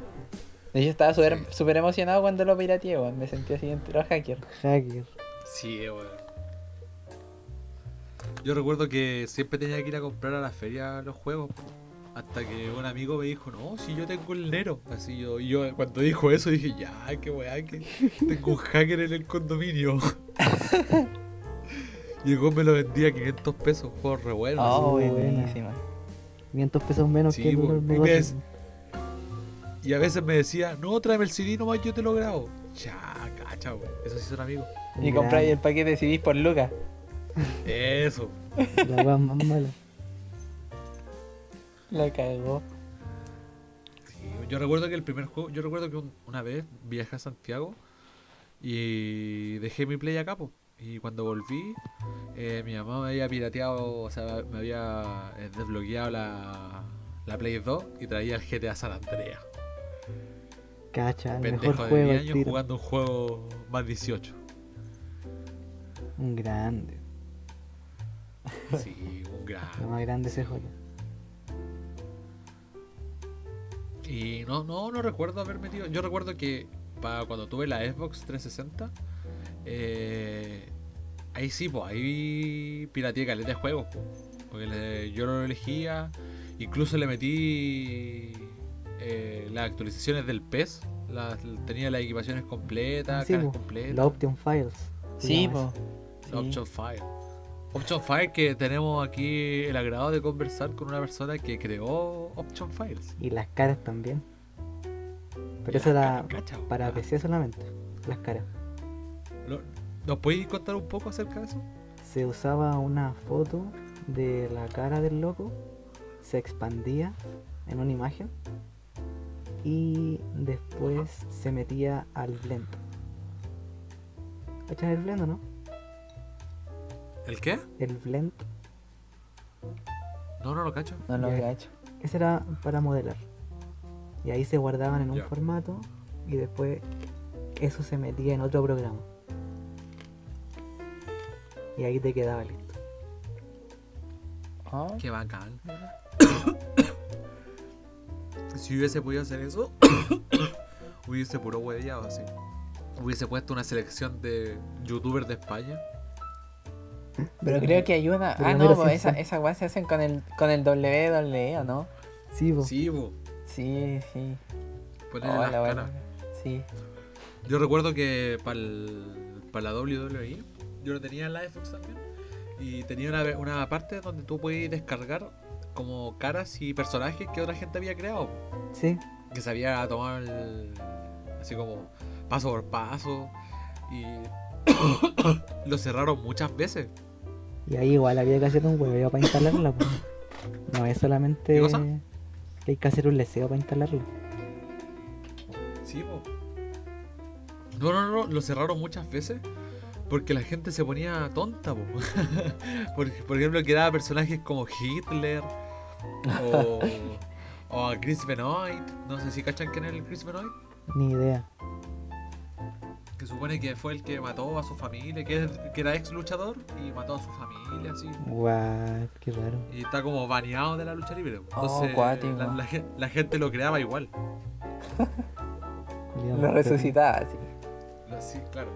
[SPEAKER 3] De hecho estaba súper súper emocionado cuando lo pirateé, weón, me sentí así dentro hacker.
[SPEAKER 2] Hacker.
[SPEAKER 1] Sí, eh, weón. Yo recuerdo que siempre tenía que ir a comprar a la feria los juegos. po. Hasta que un amigo me dijo, no, si yo tengo el Nero. Así yo, y yo cuando dijo eso dije, ya, qué weá, que tengo un hacker en el condominio. y el weón me lo vendía a 500 pesos, un juego re bueno.
[SPEAKER 2] Ah,
[SPEAKER 3] Oh,
[SPEAKER 2] buena.
[SPEAKER 3] buenísima.
[SPEAKER 2] 500 pesos menos
[SPEAKER 1] Sí,
[SPEAKER 2] que el
[SPEAKER 1] bo,
[SPEAKER 2] otro
[SPEAKER 1] y
[SPEAKER 2] negocio.
[SPEAKER 1] ves- Y a veces me decía, no, tráeme el CD nomás, yo te lo grabo. Ya, cacha, weón. Eso sí son amigos.
[SPEAKER 3] Y
[SPEAKER 2] Ya,
[SPEAKER 3] compráis el paquete de CDs por Lucas.
[SPEAKER 1] Eso.
[SPEAKER 2] La weá más mala.
[SPEAKER 3] La cagó.
[SPEAKER 1] Sí, yo recuerdo que el primer juego, yo recuerdo que un- una vez viajé a Santiago y dejé mi play acá, po. Y cuando volví, eh, mi mamá me había pirateado, o sea, me había eh, desbloqueado la, la Play 2 y traía el GTA San Andreas.
[SPEAKER 2] Cacha, el mejor
[SPEAKER 1] Pendejo de
[SPEAKER 2] juego.
[SPEAKER 1] 10
[SPEAKER 2] al
[SPEAKER 1] años
[SPEAKER 2] tiro.
[SPEAKER 1] jugando un juego más 18.
[SPEAKER 2] Un grande.
[SPEAKER 1] Sí, un
[SPEAKER 2] Lo
[SPEAKER 1] gran.
[SPEAKER 2] más grande ese joya.
[SPEAKER 1] Y no, no, no recuerdo haber metido. Yo recuerdo que para cuando tuve la Xbox 360, eh, ahí sí, pues ahí pirateé caleta de juegos, po. porque le- yo lo elegía, incluso le metí eh, las actualizaciones del PES, las, tenía las equipaciones completas,
[SPEAKER 2] Sí,
[SPEAKER 1] caras
[SPEAKER 2] po,
[SPEAKER 1] completas.
[SPEAKER 2] Los Option Files. se
[SPEAKER 3] Sí,
[SPEAKER 2] llama
[SPEAKER 3] po.
[SPEAKER 2] eso.
[SPEAKER 3] Sí.
[SPEAKER 1] Option Fire. Option Fire que tenemos aquí el agrado de conversar con una persona que creó Option Files.
[SPEAKER 2] Y las caras también. Pero
[SPEAKER 1] Las
[SPEAKER 2] eso era
[SPEAKER 1] caras, cacha, po.
[SPEAKER 2] para PC solamente. Las caras.
[SPEAKER 1] Lo- ¿Nos podéis contar un poco acerca de eso?
[SPEAKER 2] se usaba una foto de la cara del loco, se expandía en una imagen y después se metía al blend. ¿Cachas el blend o no?
[SPEAKER 1] ¿El qué?
[SPEAKER 2] El blend,
[SPEAKER 1] No, no lo cacho.
[SPEAKER 3] No lo
[SPEAKER 2] Ya.
[SPEAKER 3] cacho.
[SPEAKER 2] ese era para modelar. Y ahí se guardaban en un
[SPEAKER 1] Ya.
[SPEAKER 2] formato y después eso se metía en otro programa. Y ahí te quedaba listo.
[SPEAKER 3] Ah,
[SPEAKER 1] Qué bacán. si hubiese podido hacer eso, hubiese puro hueveado así. Hubiese puesto una selección de youtubers de España.
[SPEAKER 3] pero creo que hay una.
[SPEAKER 2] Pero
[SPEAKER 3] Ah,
[SPEAKER 2] mira,
[SPEAKER 3] no, po,
[SPEAKER 2] sí,
[SPEAKER 3] esa,
[SPEAKER 2] sí.
[SPEAKER 3] esa weá se hacen con el, con el WWE, ¿o no?
[SPEAKER 2] Sí, po.
[SPEAKER 1] Sí, bo.
[SPEAKER 3] Sí, sí.
[SPEAKER 1] Ponerle
[SPEAKER 3] Oh,
[SPEAKER 1] las
[SPEAKER 3] la weá.
[SPEAKER 1] caras.
[SPEAKER 3] Sí.
[SPEAKER 1] Yo recuerdo que para la WWE, yo lo tenía en la Xbox también. Y tenía una, una parte donde tú podías descargar como caras y personajes que otra gente había creado.
[SPEAKER 2] Sí,
[SPEAKER 1] que se había tomado el- así como paso por paso y lo cerraron muchas veces.
[SPEAKER 2] Y ahí igual había que hacer un hueveo para instalarla. po. No es solamente
[SPEAKER 1] ¿Qué cosa?
[SPEAKER 2] que hay que hacer un leseo para instalarla.
[SPEAKER 1] Sí, po. No, no, no, lo cerraron muchas veces porque la gente se ponía tonta, po. por, por ejemplo, quedaba personajes como Hitler o, o a Chris Benoit. No sé si cachan quién es el Chris Benoit.
[SPEAKER 2] Ni idea.
[SPEAKER 1] Que supone que fue el que mató a su familia, que, es- que era ex luchador y mató a su familia, así.
[SPEAKER 2] Guau, qué raro.
[SPEAKER 1] Y está como baneado de la lucha libre. pues.
[SPEAKER 3] Oh,
[SPEAKER 1] Entonces,
[SPEAKER 3] cuático.
[SPEAKER 1] la, la gen- la gente lo creaba igual.
[SPEAKER 2] Culiao,
[SPEAKER 3] Lo
[SPEAKER 2] pero-
[SPEAKER 3] resucitaba, sí.
[SPEAKER 1] Así, claro.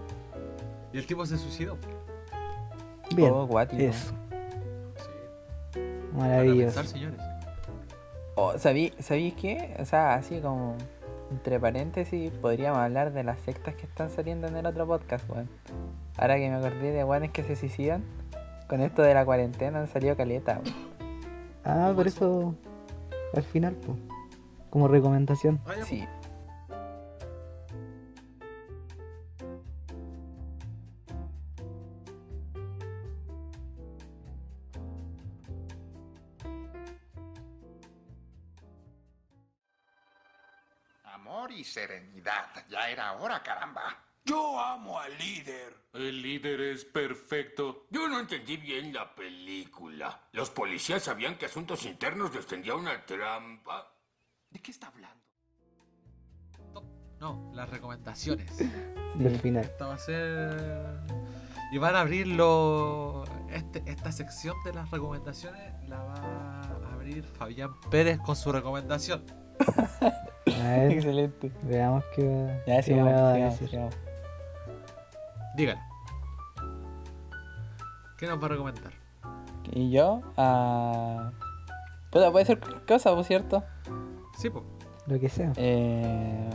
[SPEAKER 1] Y el tipo se suicidó.
[SPEAKER 2] Bien.
[SPEAKER 3] Oh, guático.
[SPEAKER 2] Eso.
[SPEAKER 1] Sí. Para
[SPEAKER 2] Maravilloso.
[SPEAKER 1] pensar, señores.
[SPEAKER 3] Oh, ¿sabí- ¿Sabéis qué? O sea, así como entre paréntesis, podríamos hablar de las sectas que están saliendo en el otro podcast, weón. Ahora que me acordé de weones que se suicidan, con esto de la cuarentena han salido caleta, weón.
[SPEAKER 2] Ah, por eso. Al final, po. Como recomendación.
[SPEAKER 1] Ah, ya,
[SPEAKER 3] Sí.
[SPEAKER 5] Amor y serenidad. Ya era hora, caramba.
[SPEAKER 6] Yo amo al líder. El líder es perfecto. Yo no entendí bien la película. Los policías sabían que Asuntos Internos les tendía una trampa.
[SPEAKER 5] ¿De qué está hablando?
[SPEAKER 1] No, las recomendaciones.
[SPEAKER 2] Del final.
[SPEAKER 1] Esta va a ser. Y van a abrir lo... este- esta sección de las recomendaciones. La va a abrir Fabián Pérez con su recomendación.
[SPEAKER 2] A ver,
[SPEAKER 3] Excelente.
[SPEAKER 2] veamos qué va.
[SPEAKER 3] Ya,
[SPEAKER 2] qué
[SPEAKER 3] sigamos,
[SPEAKER 2] va a
[SPEAKER 3] sigamos,
[SPEAKER 2] decir.
[SPEAKER 3] sigamos.
[SPEAKER 1] Dígalo. ¿Qué nos va a recomendar?
[SPEAKER 3] Y yo, ah. Puta, puede ser cualquier cosa, por cierto.
[SPEAKER 1] Sí, pues.
[SPEAKER 2] Lo que sea.
[SPEAKER 3] Eh,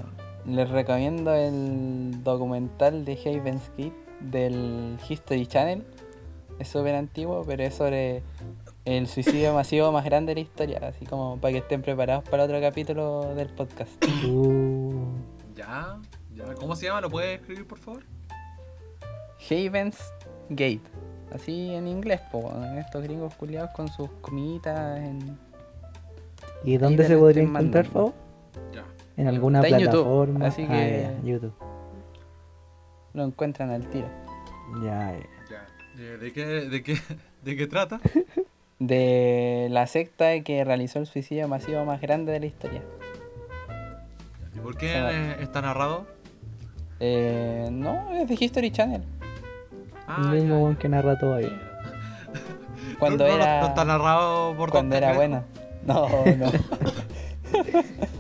[SPEAKER 3] les recomiendo el documental de Haven's Gate del History Channel. Es súper antiguo, pero es sobre el suicidio masivo más grande de la historia. Así como para que estén preparados para otro capítulo del podcast.
[SPEAKER 2] Uh,
[SPEAKER 1] Ya, ya. ¿Cómo se llama? ¿Lo puedes escribir, por favor?
[SPEAKER 3] Haven's Gate. Así en inglés, po, weón. estos gringos culiados con sus comiditas en...
[SPEAKER 2] ¿Y dónde
[SPEAKER 3] te
[SPEAKER 2] se
[SPEAKER 3] lo
[SPEAKER 2] podría
[SPEAKER 3] estoy
[SPEAKER 2] encontrar,
[SPEAKER 3] mandando.
[SPEAKER 2] Fabo?
[SPEAKER 1] Ya.
[SPEAKER 2] En alguna
[SPEAKER 3] Está en YouTube,
[SPEAKER 2] plataforma.
[SPEAKER 3] así
[SPEAKER 2] Ah,
[SPEAKER 3] que-
[SPEAKER 2] ya, YouTube.
[SPEAKER 3] lo encuentran al tiro.
[SPEAKER 2] Ya, ya.
[SPEAKER 1] Ya. Eh, ¿De qué, de qué, de qué trata?
[SPEAKER 3] De la secta que realizó el suicidio masivo más grande de la historia.
[SPEAKER 1] ¿Y por qué
[SPEAKER 3] Se va.
[SPEAKER 1] eh, está narrado?
[SPEAKER 3] Eh, no, es de History Channel.
[SPEAKER 4] Ah,
[SPEAKER 2] el
[SPEAKER 4] ya,
[SPEAKER 2] mismo
[SPEAKER 4] ya.
[SPEAKER 2] weón que narra todo ahí.
[SPEAKER 3] Cuando
[SPEAKER 1] No, no, no,
[SPEAKER 3] era.
[SPEAKER 1] no está narrado por
[SPEAKER 3] cuando
[SPEAKER 1] Dante
[SPEAKER 3] era
[SPEAKER 1] Greco.
[SPEAKER 3] bueno. No, no.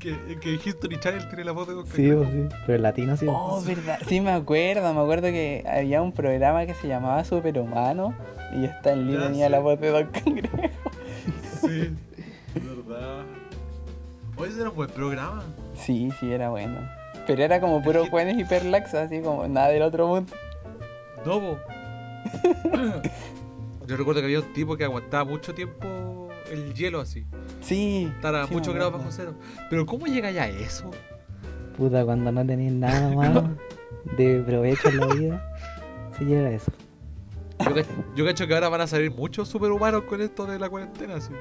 [SPEAKER 1] que, que History Channel tiene la voz de Don
[SPEAKER 2] Sí,
[SPEAKER 1] Cangrejo.
[SPEAKER 2] pues, sí. Pero el latino sí.
[SPEAKER 3] Oh, verdad. Sí, me acuerdo. Me acuerdo que había un programa que se llamaba Superhumano. Y está en
[SPEAKER 1] Ya,
[SPEAKER 3] línea tenía
[SPEAKER 1] sí.
[SPEAKER 3] la voz de Don Cangrejo.
[SPEAKER 1] Sí, verdad. Hoy era un buen programa.
[SPEAKER 3] Sí, sí, era bueno. Pero era como puro
[SPEAKER 1] que-
[SPEAKER 3] buenos hiperlaxos, así como nada del otro mundo.
[SPEAKER 1] Dobo. Yo recuerdo que había un tipo que aguantaba mucho tiempo el hielo así.
[SPEAKER 3] Sí.
[SPEAKER 1] Estar a
[SPEAKER 3] sí,
[SPEAKER 1] muchos
[SPEAKER 3] me
[SPEAKER 1] grados
[SPEAKER 3] acuerdo.
[SPEAKER 1] bajo cero. Pero ¿cómo llega ya a eso?
[SPEAKER 2] Puta, cuando no tenéis nada más de provecho en la vida, se llega a eso.
[SPEAKER 1] Yo, cach- yo cacho que ahora van a salir muchos superhumanos con esto de la cuarentena. así.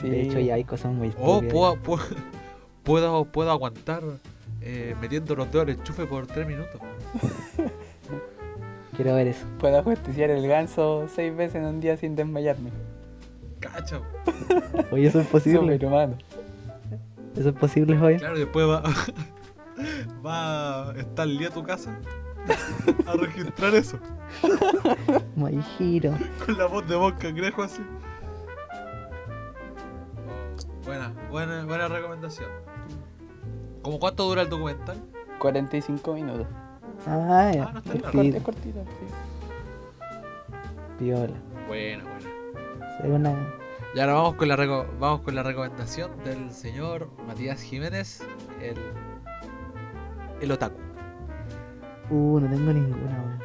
[SPEAKER 3] Sí.
[SPEAKER 2] De hecho, ya hay cosas muy
[SPEAKER 1] Oh,
[SPEAKER 2] estúpidas.
[SPEAKER 1] puedo, puedo, puedo, puedo aguantar eh, metiendo los dedos al enchufe por tres minutos.
[SPEAKER 2] Quiero ver eso.
[SPEAKER 3] Puedo justiciar el ganso seis veces en un día sin desmayarme.
[SPEAKER 1] Cacha.
[SPEAKER 2] Oye, eso es posible.
[SPEAKER 3] Superhumano.
[SPEAKER 2] Eso es posible, oye.
[SPEAKER 1] Claro, después va, va a estar el día a tu casa a registrar eso.
[SPEAKER 2] My Hero.
[SPEAKER 1] Con la voz de Bon Cangrejo así. Buena, buena, buena recomendación. ¿Cómo cuánto dura el documental?
[SPEAKER 3] 45 minutos.
[SPEAKER 2] Ah, ya.
[SPEAKER 1] Ah, no está
[SPEAKER 2] Qué
[SPEAKER 1] tan
[SPEAKER 3] Corte,
[SPEAKER 2] piola.
[SPEAKER 3] cortito, sí.
[SPEAKER 2] Piola.
[SPEAKER 1] Buena, buena.
[SPEAKER 2] Ser una.
[SPEAKER 1] Y ahora vamos con la reco- vamos con la recomendación del señor Matías Jiménez, el, el otaku.
[SPEAKER 2] Uh, no tengo ninguna, weón.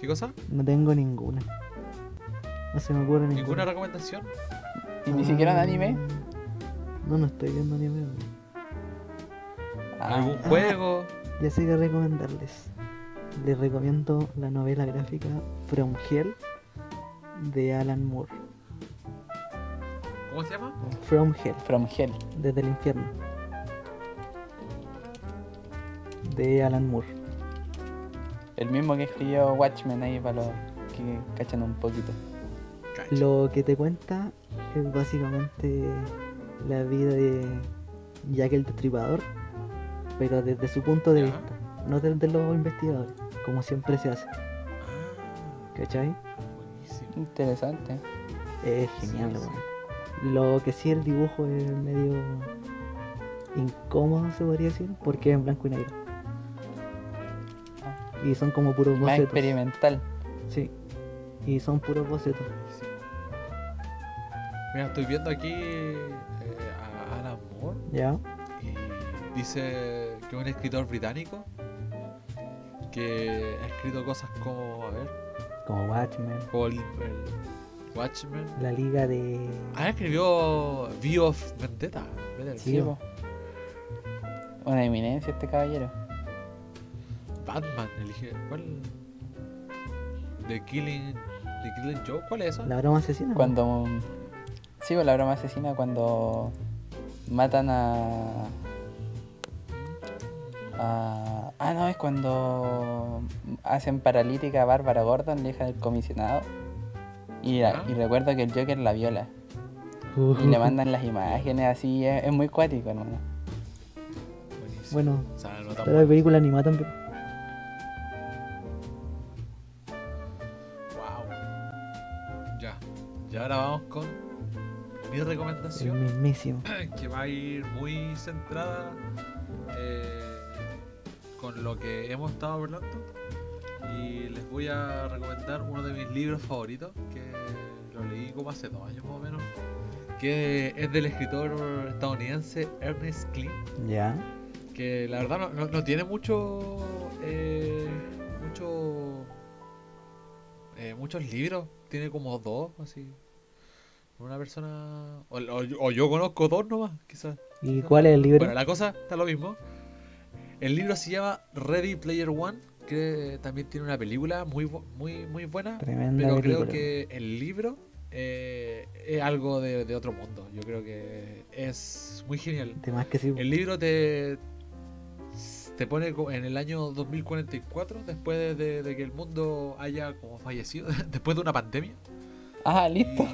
[SPEAKER 1] ¿Qué cosa?
[SPEAKER 2] No tengo ninguna. No se me ocurre
[SPEAKER 1] ¿Ninguna
[SPEAKER 2] ninguna.
[SPEAKER 1] recomendación?
[SPEAKER 3] Y ni siquiera
[SPEAKER 2] Ah.
[SPEAKER 3] en anime.
[SPEAKER 2] No, no estoy viendo anime, weón.
[SPEAKER 3] Ah,
[SPEAKER 1] ¿Algún juego?
[SPEAKER 2] Ya sé qué recomendarles. Les recomiendo la novela gráfica From Hell de Alan Moore.
[SPEAKER 1] ¿Cómo se llama?
[SPEAKER 2] From Hell,
[SPEAKER 3] From Hell.
[SPEAKER 2] desde el infierno. De Alan Moore.
[SPEAKER 3] El mismo que escribió Watchmen ahí para los que cachan un poquito.
[SPEAKER 2] Lo que te cuenta es básicamente la vida de Jack el Destripador, pero desde su punto de
[SPEAKER 1] Ya.
[SPEAKER 2] vista, no desde los investigadores, como siempre se hace. ¿Cachai?
[SPEAKER 1] Buenísimo.
[SPEAKER 3] Interesante.
[SPEAKER 2] Es genial,
[SPEAKER 1] Sí, sí.
[SPEAKER 2] weón. Lo que sí el dibujo es medio incómodo, se podría decir, porque es en blanco y negro. Y son como puros
[SPEAKER 3] Más
[SPEAKER 2] bocetos.
[SPEAKER 3] experimental.
[SPEAKER 2] Sí. Y son puros bocetos.
[SPEAKER 1] Mira, estoy viendo aquí eh, a Alan Moore
[SPEAKER 2] ¿Ya?
[SPEAKER 1] y dice que es un escritor británico que ha escrito cosas como, a ver,
[SPEAKER 2] Como Watchmen.
[SPEAKER 1] como el, el Watchmen.
[SPEAKER 2] La liga de.
[SPEAKER 1] Ah, escribió V of Vendetta. Better
[SPEAKER 2] Sí,
[SPEAKER 1] Call
[SPEAKER 2] bo.
[SPEAKER 3] po. Una eminencia este caballero.
[SPEAKER 1] Saul, Batman, elige. ¿Cuál? The Killing. The Killing Joke, ¿cuál es esa?
[SPEAKER 2] La broma asesina. weón.
[SPEAKER 3] Cuando. Sí, po, la broma asesina cuando matan a. a- Ah, no, es cuando hacen paralítica a Bárbara Gordon, la hija del comisionado. Y, la-
[SPEAKER 1] Ah.
[SPEAKER 3] y recuerdo que el Joker la viola.
[SPEAKER 2] Uh,
[SPEAKER 3] Y le mandan las imágenes así. Es, es muy cuático, hermano.
[SPEAKER 1] Buenísimo.
[SPEAKER 2] Bueno,
[SPEAKER 1] O sea, no tan
[SPEAKER 2] está la
[SPEAKER 1] bueno.
[SPEAKER 2] película animada también.
[SPEAKER 1] Wow. Ya. Y ahora vamos con mi
[SPEAKER 2] El
[SPEAKER 1] recomendación.
[SPEAKER 2] mismísimo.
[SPEAKER 1] que va a ir muy centrada eh, con lo que hemos estado hablando y les voy a recomendar uno de mis libros favoritos que lo leí como hace dos años más o menos que es del escritor estadounidense Ernest Cline
[SPEAKER 2] ¿Ya?
[SPEAKER 1] que la verdad no, no- no tiene mucho eh, mucho eh, muchos libros tiene como dos así una persona o, o- o yo conozco dos nomás quizás
[SPEAKER 2] ¿Y cuál es el libro?
[SPEAKER 1] bueno la cosa está lo mismo el libro se llama Ready Player One que también tiene una película muy bu- muy muy buena
[SPEAKER 2] Tremenda
[SPEAKER 1] pero
[SPEAKER 2] película.
[SPEAKER 1] creo que el libro eh, es algo de, de otro mundo yo creo que es muy genial
[SPEAKER 2] De más que sí.
[SPEAKER 1] el libro te, te pone co- en el año 2044, después de, de- de que el mundo haya como fallecido, después de una pandemia.
[SPEAKER 3] Ah,
[SPEAKER 1] Y,
[SPEAKER 3] listo.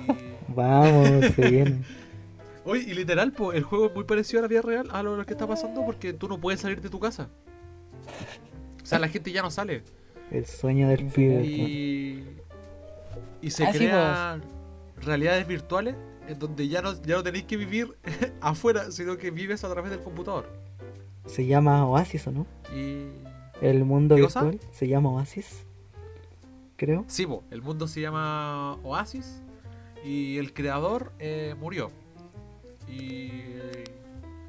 [SPEAKER 2] Vamos, se viene.
[SPEAKER 1] Oye, y literal, po, el juego es muy parecido a la vida real, a lo, lo que está pasando, porque tú no puedes salir de tu casa. O sea, la gente ya no sale.
[SPEAKER 2] El sueño del pibe. weón.
[SPEAKER 1] Y, y se
[SPEAKER 3] Ah, sí,
[SPEAKER 1] crean realidades virtuales en donde ya no, ya no tenéis que vivir afuera, sino que vives a través del computador.
[SPEAKER 2] Se llama Oasis, ¿o no?
[SPEAKER 1] Y
[SPEAKER 2] El mundo
[SPEAKER 1] ¿Qué cosa?
[SPEAKER 2] virtual se llama Oasis. Creo.
[SPEAKER 1] sí, po, el mundo se llama Oasis y el creador eh, murió. Y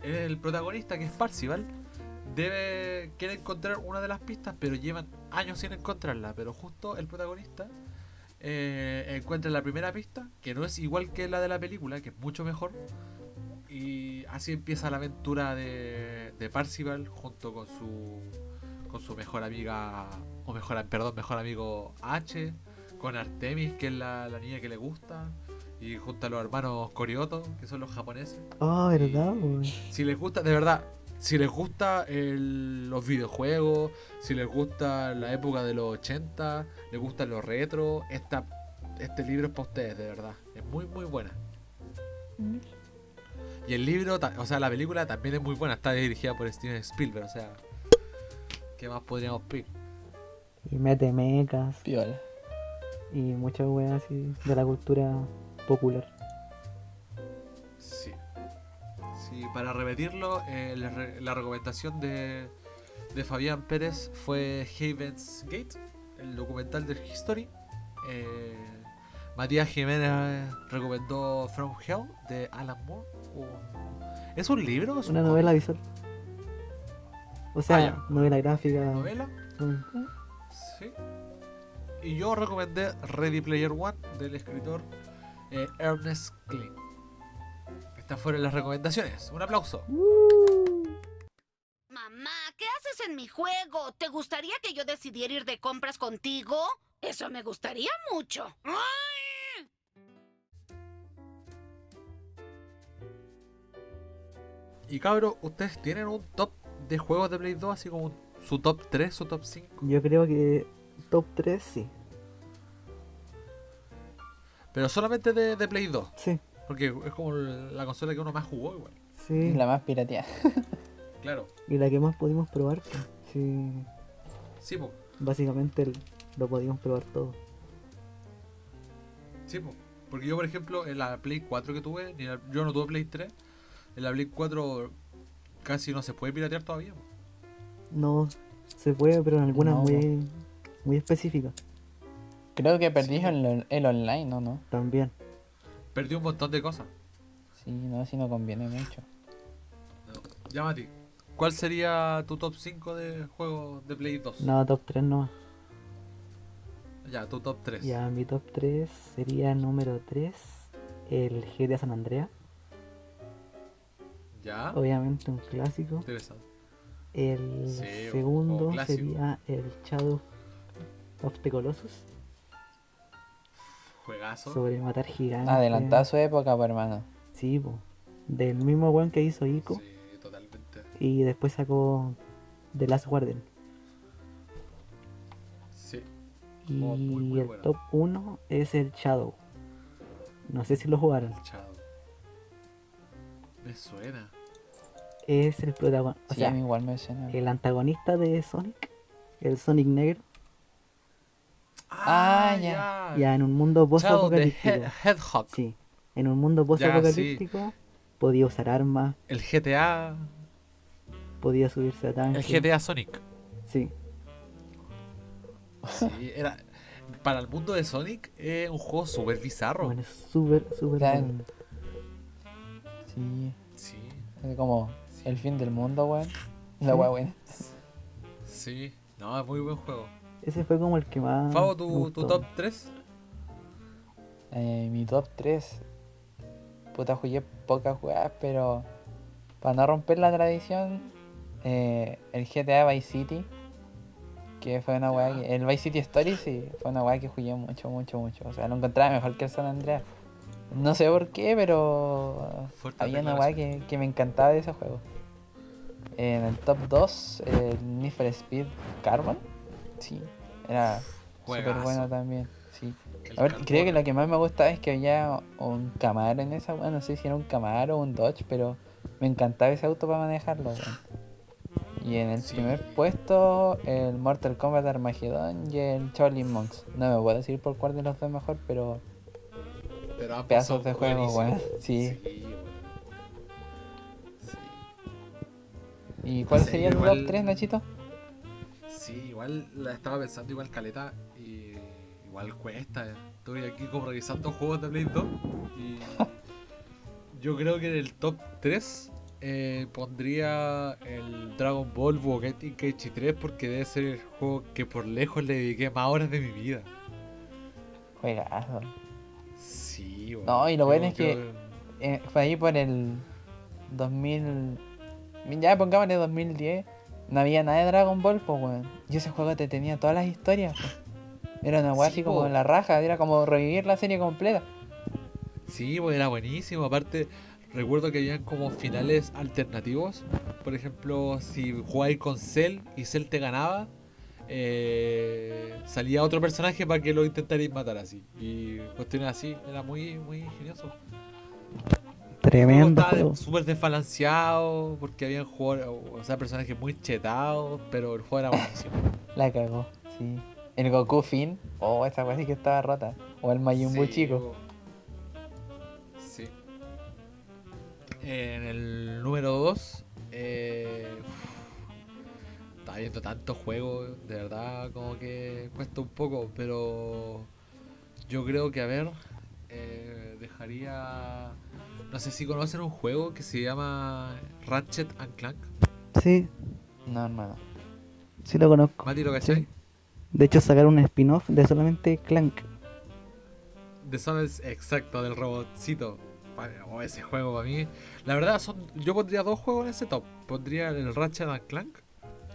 [SPEAKER 1] eh, el protagonista, que es Parcival, debe quiere encontrar una de las pistas, pero llevan años sin encontrarla. Pero justo el protagonista eh, encuentra la primera pista, que no es igual que la de la película, que es mucho mejor. Y así empieza la aventura de, de Parcival junto con su con su mejor amiga o mejor perdón mejor amigo H, con Artemis que es la, la niña que le gusta y junto a los hermanos Corioto que son los japoneses.
[SPEAKER 2] Ah, ¿verdad? weón?
[SPEAKER 1] Si les gusta, de verdad, si les gusta el- los videojuegos, si les gusta la época de los 80, les gustan los retro, esta, este libro es para ustedes, de verdad. Es muy, muy buena. Y el libro, ta- o sea, la película también es muy buena, está dirigida por Steven Spielberg, o sea, ¿qué más podríamos pedir?
[SPEAKER 2] Y mete mecas
[SPEAKER 3] Piola.
[SPEAKER 2] y muchas weas así de la cultura popular.
[SPEAKER 1] Sí. Sí, para repetirlo, eh, les re- la recomendación de, de Fabián Pérez fue Haven's Gate, el documental del History. Eh, Matías Jiménez eh, recomendó From Hell de Alan Moore. Un- ¿Es un libro? ¿Es
[SPEAKER 2] Una
[SPEAKER 1] un
[SPEAKER 2] novela visual. O sea,
[SPEAKER 1] Ah, ya.
[SPEAKER 2] novela
[SPEAKER 1] cómic?
[SPEAKER 2] gráfica.
[SPEAKER 1] ¿Novela?
[SPEAKER 2] mm,
[SPEAKER 1] Sí. Y yo recomendé Ready Player One del escritor eh, Ernest Klein. Estas fueron las recomendaciones. Un aplauso.
[SPEAKER 7] Mamá, ¿qué haces en mi juego? ¿Te gustaría que yo decidiera ir de compras contigo? Eso me gustaría mucho.
[SPEAKER 1] Y cabro, ¿ustedes tienen un top de juegos de Play 2? Así como un- su top 3, su top 5.
[SPEAKER 2] Yo creo que top 3 sí.
[SPEAKER 1] Pero solamente de, de Play 2.
[SPEAKER 2] Sí,
[SPEAKER 1] Porque es como la consola que uno más jugó igual.
[SPEAKER 2] sí.
[SPEAKER 3] La más pirateada.
[SPEAKER 1] Claro.
[SPEAKER 2] Y la que más pudimos probar. pues, Sí.
[SPEAKER 1] Sí, po.
[SPEAKER 2] Básicamente el- lo podíamos probar todo.
[SPEAKER 1] Sí, po. Porque yo, por ejemplo, en la Play 4 que tuve, ni la- yo no tuve Play 3. En la Play 4 casi no se puede piratear todavía. po.
[SPEAKER 2] No se puede, pero en algunas
[SPEAKER 3] No,
[SPEAKER 2] muy, muy específicas
[SPEAKER 3] Creo que perdí el, on- el online, ¿no? no?
[SPEAKER 2] también.
[SPEAKER 1] Perdí un montón de cosas.
[SPEAKER 3] Sí, no, si no conviene mucho.
[SPEAKER 1] Ya, Mati. ¿Cuál sería tu top 5 de juegos de Play 2?
[SPEAKER 2] No, top 3 nomás.
[SPEAKER 1] Ya, tu top 3.
[SPEAKER 2] Ya, mi top 3 sería número 3, el GTA San Andreas.
[SPEAKER 1] Ya.
[SPEAKER 2] Obviamente un clásico.
[SPEAKER 1] Interesante.
[SPEAKER 2] El
[SPEAKER 1] Sí, un
[SPEAKER 2] segundo
[SPEAKER 1] juego clásico.
[SPEAKER 2] sería el Shadow of the Colossus.
[SPEAKER 1] Juegazo.
[SPEAKER 2] Sobre matar gigantes.
[SPEAKER 3] Adelantado a su época, pues, hermano.
[SPEAKER 2] Sí, po. Del mismo weón que hizo Ico.
[SPEAKER 1] Sí, totalmente.
[SPEAKER 2] Y después sacó The Last Guardian.
[SPEAKER 1] Sí.
[SPEAKER 2] Y
[SPEAKER 1] Oh, muy, muy
[SPEAKER 2] el
[SPEAKER 1] bueno.
[SPEAKER 2] top 1 es el Shadow. No sé si lo jugaron.
[SPEAKER 1] Chao. Me suena.
[SPEAKER 2] Es el protagonista. O
[SPEAKER 3] Sí, a
[SPEAKER 2] sea,
[SPEAKER 3] mí igual me suena.
[SPEAKER 2] el antagonista de Sonic. El Sonic negro.
[SPEAKER 3] Ah, ya.
[SPEAKER 2] Ya en un mundo post
[SPEAKER 1] Chao de He-
[SPEAKER 2] apocalíptico.
[SPEAKER 1] Hedgehog.
[SPEAKER 2] Sí. En un mundo post apocalíptico podía usar armas,
[SPEAKER 1] El
[SPEAKER 3] Ah,
[SPEAKER 1] GTA.
[SPEAKER 2] podía subirse a
[SPEAKER 1] El
[SPEAKER 2] tanques.
[SPEAKER 1] GTA Sonic.
[SPEAKER 2] Sí.
[SPEAKER 1] Sí, era. Para el mundo de Sonic es un juego súper bizarro.
[SPEAKER 2] Bueno, es súper, súper
[SPEAKER 3] Claro.
[SPEAKER 2] bueno.
[SPEAKER 3] Sí,
[SPEAKER 1] Sí,
[SPEAKER 3] es como el fin del mundo, weón. La weá buena.
[SPEAKER 1] sí. No, es muy buen juego.
[SPEAKER 2] Ese fue como el que
[SPEAKER 3] Ah,
[SPEAKER 2] más.
[SPEAKER 1] Fabo,
[SPEAKER 2] me
[SPEAKER 1] tu,
[SPEAKER 2] gustó.
[SPEAKER 1] tu top 3.
[SPEAKER 3] Eh, mi top 3. Puta, jugué pocas jugadas, pero para no romper la tradición, eh, el GTA Vice City, que fue una weá que. El Vice City Story, sí, fue una weá que jugué mucho, mucho, mucho. O sea, lo encontraba mejor que el San Andreas. No sé por qué, pero
[SPEAKER 1] Fuerte
[SPEAKER 3] había una weá que, que me encantaba de ese juego. En el top 2, el Need for Speed Carbon. Sí, era súper
[SPEAKER 1] Juegazo.
[SPEAKER 3] bueno también. Sí.
[SPEAKER 1] El
[SPEAKER 3] A ver,
[SPEAKER 1] Carbón.
[SPEAKER 3] creo que lo que más me gustaba es que había un Camaro en esa, weá, no sé si era un Camaro o un Dodge, pero me encantaba ese auto para manejarlo, weón. Y en el
[SPEAKER 4] Sí.
[SPEAKER 3] primer puesto, el Mortal Kombat Armageddon y el Charlie Monks. No me puedo decir por cuál de los dos mejor, pero
[SPEAKER 1] Pero han
[SPEAKER 3] Pedazos
[SPEAKER 1] pasado
[SPEAKER 3] de juego,
[SPEAKER 1] buenísimo.
[SPEAKER 3] weón. Sí.
[SPEAKER 1] weón. Sí.
[SPEAKER 3] ¿Y cuál
[SPEAKER 1] Sí,
[SPEAKER 3] sería el
[SPEAKER 1] igual-
[SPEAKER 3] top 3, Nachito?
[SPEAKER 1] Sí, igual la estaba pensando igual caleta y igual cuesta. Estoy aquí como revisando juegos de Play 2 y yo creo que en el top 3 eh, pondría el Dragon Ball Budokai Tenkaichi 3 porque debe ser el juego que por lejos le dediqué más horas de mi vida.
[SPEAKER 3] Juegazo.
[SPEAKER 1] Sí, weón.
[SPEAKER 3] No, y lo bueno es que-
[SPEAKER 1] creo
[SPEAKER 3] Eh, fue ahí por el 2000. Ya pongámosle 2010. No había nada de Dragon Ball, pues, weón. Y ese juego te tenía todas las historias. po. Era una weá
[SPEAKER 1] Sí, pues.
[SPEAKER 3] así como
[SPEAKER 1] po.
[SPEAKER 3] en la raja, era como revivir la serie completa.
[SPEAKER 1] Sí, pues era buenísimo. Aparte, recuerdo que habían como finales alternativos. Por ejemplo, si jugáis con Cell y Cell te ganaba, eh, salía otro personaje para que lo intentarais matar así. Y cuestiones así, era muy, muy ingenioso. El juego
[SPEAKER 2] Tremendo
[SPEAKER 1] estaba de-
[SPEAKER 2] juego.
[SPEAKER 1] súper desbalanceado porque habían jugadores, o sea, personajes muy chetados, pero el juego era buenísimo.
[SPEAKER 3] La cagó, sí. El Goku Finn, oh, esa weá sí que estaba rota. O el Majin Buu
[SPEAKER 1] Sí,
[SPEAKER 3] chico.
[SPEAKER 1] o- Sí. En el número 2, eh, uf, estaba viendo tantos juegos, de verdad, como que cuesta un poco, pero yo creo que, a ver, eh, dejaría. No sé si conocen un juego que se llama Ratchet and Clank.
[SPEAKER 2] Sí,
[SPEAKER 1] pues.
[SPEAKER 3] No, hermano.
[SPEAKER 2] sí lo conozco.
[SPEAKER 1] Mati, ¿lo cachai?
[SPEAKER 2] De hecho, sacaron un spin-off de solamente Clank.
[SPEAKER 1] The Sun es exacto, del robotcito. Pa- O ese juego para mí. La verdad, son, yo pondría dos juegos en ese top. Pondría el Ratchet and Clank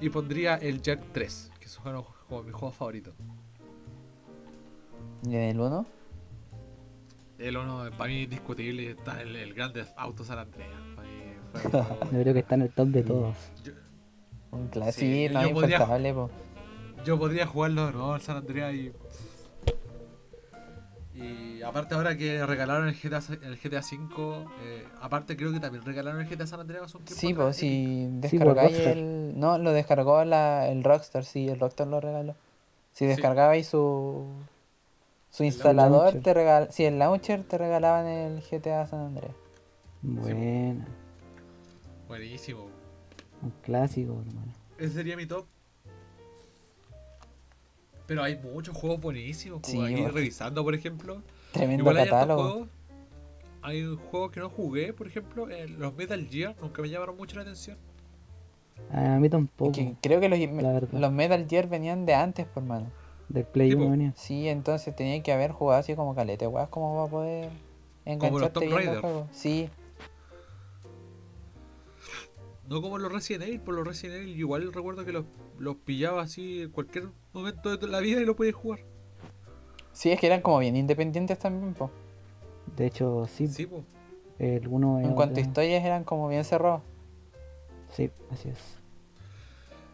[SPEAKER 1] y pondría el Jack 3, que son como, como mi juego favorito.
[SPEAKER 3] ¿Y en el 1?
[SPEAKER 1] El uno para mí indiscutible y está el, el grande auto San Andreas. Pa' mí fue un juego
[SPEAKER 2] Yo creo que está en el top de todos.
[SPEAKER 1] Yo,
[SPEAKER 3] Un clásico,
[SPEAKER 1] Sí,
[SPEAKER 3] no
[SPEAKER 1] yo
[SPEAKER 3] es
[SPEAKER 1] podría-
[SPEAKER 3] infaltable, pues. po.
[SPEAKER 1] yo podría jugarlo de nuevo al San Andreas y. Y aparte ahora que regalaron el GTA, sa- el GTA V, eh, aparte creo que también regalaron el GTA San Andreas hace un tiempo
[SPEAKER 3] Sí,
[SPEAKER 1] atrás,
[SPEAKER 3] pues
[SPEAKER 1] Epic.
[SPEAKER 3] si
[SPEAKER 2] Sí, po,
[SPEAKER 3] descargáis
[SPEAKER 2] Rockstar.
[SPEAKER 3] el. No, lo descargó la, el Rockstar, sí, el Rockstar lo regaló. Si
[SPEAKER 1] Sí.
[SPEAKER 3] descargabais su. Su
[SPEAKER 1] El
[SPEAKER 3] instalador
[SPEAKER 2] launcher.
[SPEAKER 3] te regal, si el launcher te regalaban el GTA San Andreas.
[SPEAKER 2] Bueno,
[SPEAKER 1] Buenísimo.
[SPEAKER 2] un clásico, hermano.
[SPEAKER 1] Ese sería mi top. Pero hay muchos juegos buenísimos. Como
[SPEAKER 3] Sí,
[SPEAKER 1] aquí
[SPEAKER 3] bueno.
[SPEAKER 1] revisando, por ejemplo.
[SPEAKER 3] Tremendo
[SPEAKER 1] Igual hay hartos
[SPEAKER 3] catálogo.
[SPEAKER 1] juegos. Hay un juego que no jugué, por ejemplo, eh, los Metal Gear nunca me llamaron mucho la atención.
[SPEAKER 2] A mí
[SPEAKER 3] Es
[SPEAKER 2] tampoco.
[SPEAKER 3] que creo que los,
[SPEAKER 2] verdad.
[SPEAKER 3] los Metal Gear venían de antes, por mano.
[SPEAKER 2] Del Play
[SPEAKER 1] Tipo,
[SPEAKER 2] 1 venía.
[SPEAKER 3] Sí, entonces tenía que haber jugado así como calete, weas, como va a poder engancharte
[SPEAKER 1] Tomb
[SPEAKER 3] bien el
[SPEAKER 1] Raider.
[SPEAKER 3] juego. Sí,
[SPEAKER 1] No como los Resident Evil, por los Resident Evil igual recuerdo que los, los pillaba así en cualquier momento de la vida y lo podía jugar.
[SPEAKER 3] sí, es que eran como bien independientes también, po.
[SPEAKER 2] De hecho, sí,
[SPEAKER 1] Sí, po.
[SPEAKER 2] el 1
[SPEAKER 3] En cuanto a historias eran como bien cerrados.
[SPEAKER 2] Sí, así es.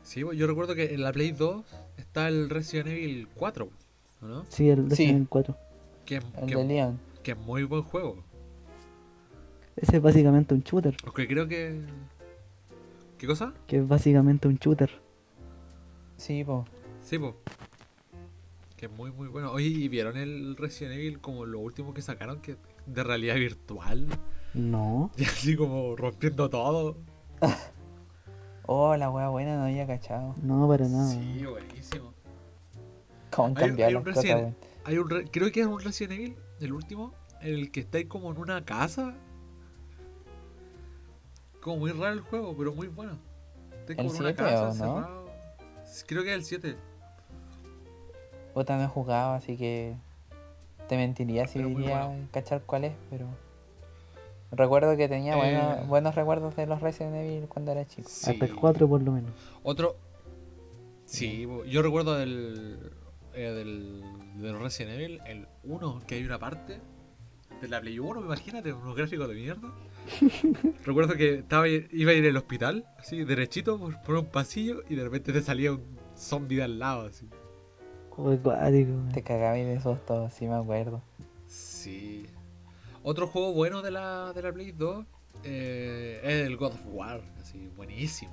[SPEAKER 1] Sí, po. Yo recuerdo que en la Play 2 está el Resident Evil 4, ¿o ¿no?
[SPEAKER 2] Sí, el
[SPEAKER 3] Sí.
[SPEAKER 2] Resident Evil 4.
[SPEAKER 1] Que,
[SPEAKER 3] El
[SPEAKER 1] que-
[SPEAKER 3] de Leon.
[SPEAKER 1] que es muy buen juego.
[SPEAKER 2] Ese es básicamente un shooter.
[SPEAKER 1] Porque creo que. ¿Qué cosa?
[SPEAKER 2] Que es básicamente un shooter.
[SPEAKER 3] Sí, po.
[SPEAKER 1] Sí, po. Que es muy, muy bueno. Oye, ¿y vieron el Resident Evil como lo último que sacaron? que De realidad virtual.
[SPEAKER 2] No.
[SPEAKER 1] Y así como rompiendo todo.
[SPEAKER 3] Oh, la wea buena, no había cachado.
[SPEAKER 2] No, para nada.
[SPEAKER 1] Sí, buenísimo.
[SPEAKER 3] ¿Cómo
[SPEAKER 1] Hay- hay
[SPEAKER 3] cambiar
[SPEAKER 1] un
[SPEAKER 3] las cosas,
[SPEAKER 1] Resident-
[SPEAKER 3] weón?
[SPEAKER 1] Hay un re- Creo que es un Resident Evil, el último, en el que estáis como en una casa. Como muy raro el juego, pero muy bueno. Estáis
[SPEAKER 3] ¿El
[SPEAKER 1] como en una
[SPEAKER 3] siete
[SPEAKER 1] casa,
[SPEAKER 3] o no?
[SPEAKER 1] encerrado. Creo que es el 7.
[SPEAKER 3] Puta, no he jugado, así que te mentiría si
[SPEAKER 1] Pero muy
[SPEAKER 3] diría
[SPEAKER 1] bueno.
[SPEAKER 3] cachar cuál es, pero... Recuerdo que tenía
[SPEAKER 1] Eh.
[SPEAKER 3] buena- buenos recuerdos de los Resident Evil cuando era chico.
[SPEAKER 2] Hasta el 4 por lo menos.
[SPEAKER 1] Otro. Sí, bo- yo recuerdo del, eh, del. del Resident Evil, el 1, que hay una parte de la Play 1, imagínate, unos gráficos de mierda. recuerdo que estaba, iba a ir al hospital, así, derechito, por, por un pasillo, y de repente te salía un zombie de al lado, así.
[SPEAKER 2] Juego acuático, man.
[SPEAKER 3] Te cagaba y de susto, sí me acuerdo.
[SPEAKER 1] Sí. Otro juego bueno de la, de la Play 2 eh, es el God of War, así, buenísimo.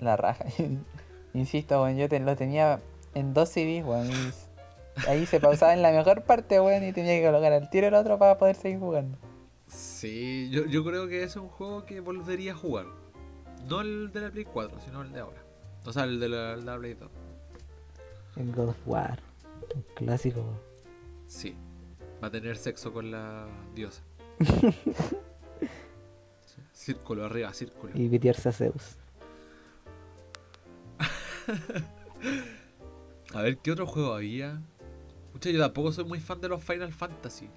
[SPEAKER 3] La raja. Insisto, weón, yo te- lo tenía en dos CDs, weón. y s- Ahí se pausaba en la mejor parte, weón, y tenía que colocar al tiro el otro para poder seguir jugando.
[SPEAKER 1] Sí, yo, yo creo que es un juego que volvería a jugar. No el de la Play 4, sino el de ahora. O sea, el de la, el de la Play 2.
[SPEAKER 2] El God of War. Un clásico.
[SPEAKER 1] Sí. Va a tener sexo con la diosa. Sí, círculo, arriba, círculo.
[SPEAKER 2] Y pitearse a Zeus.
[SPEAKER 1] A ver, ¿qué otro juego había? Pucha, yo tampoco soy muy fan de los Final Fantasy.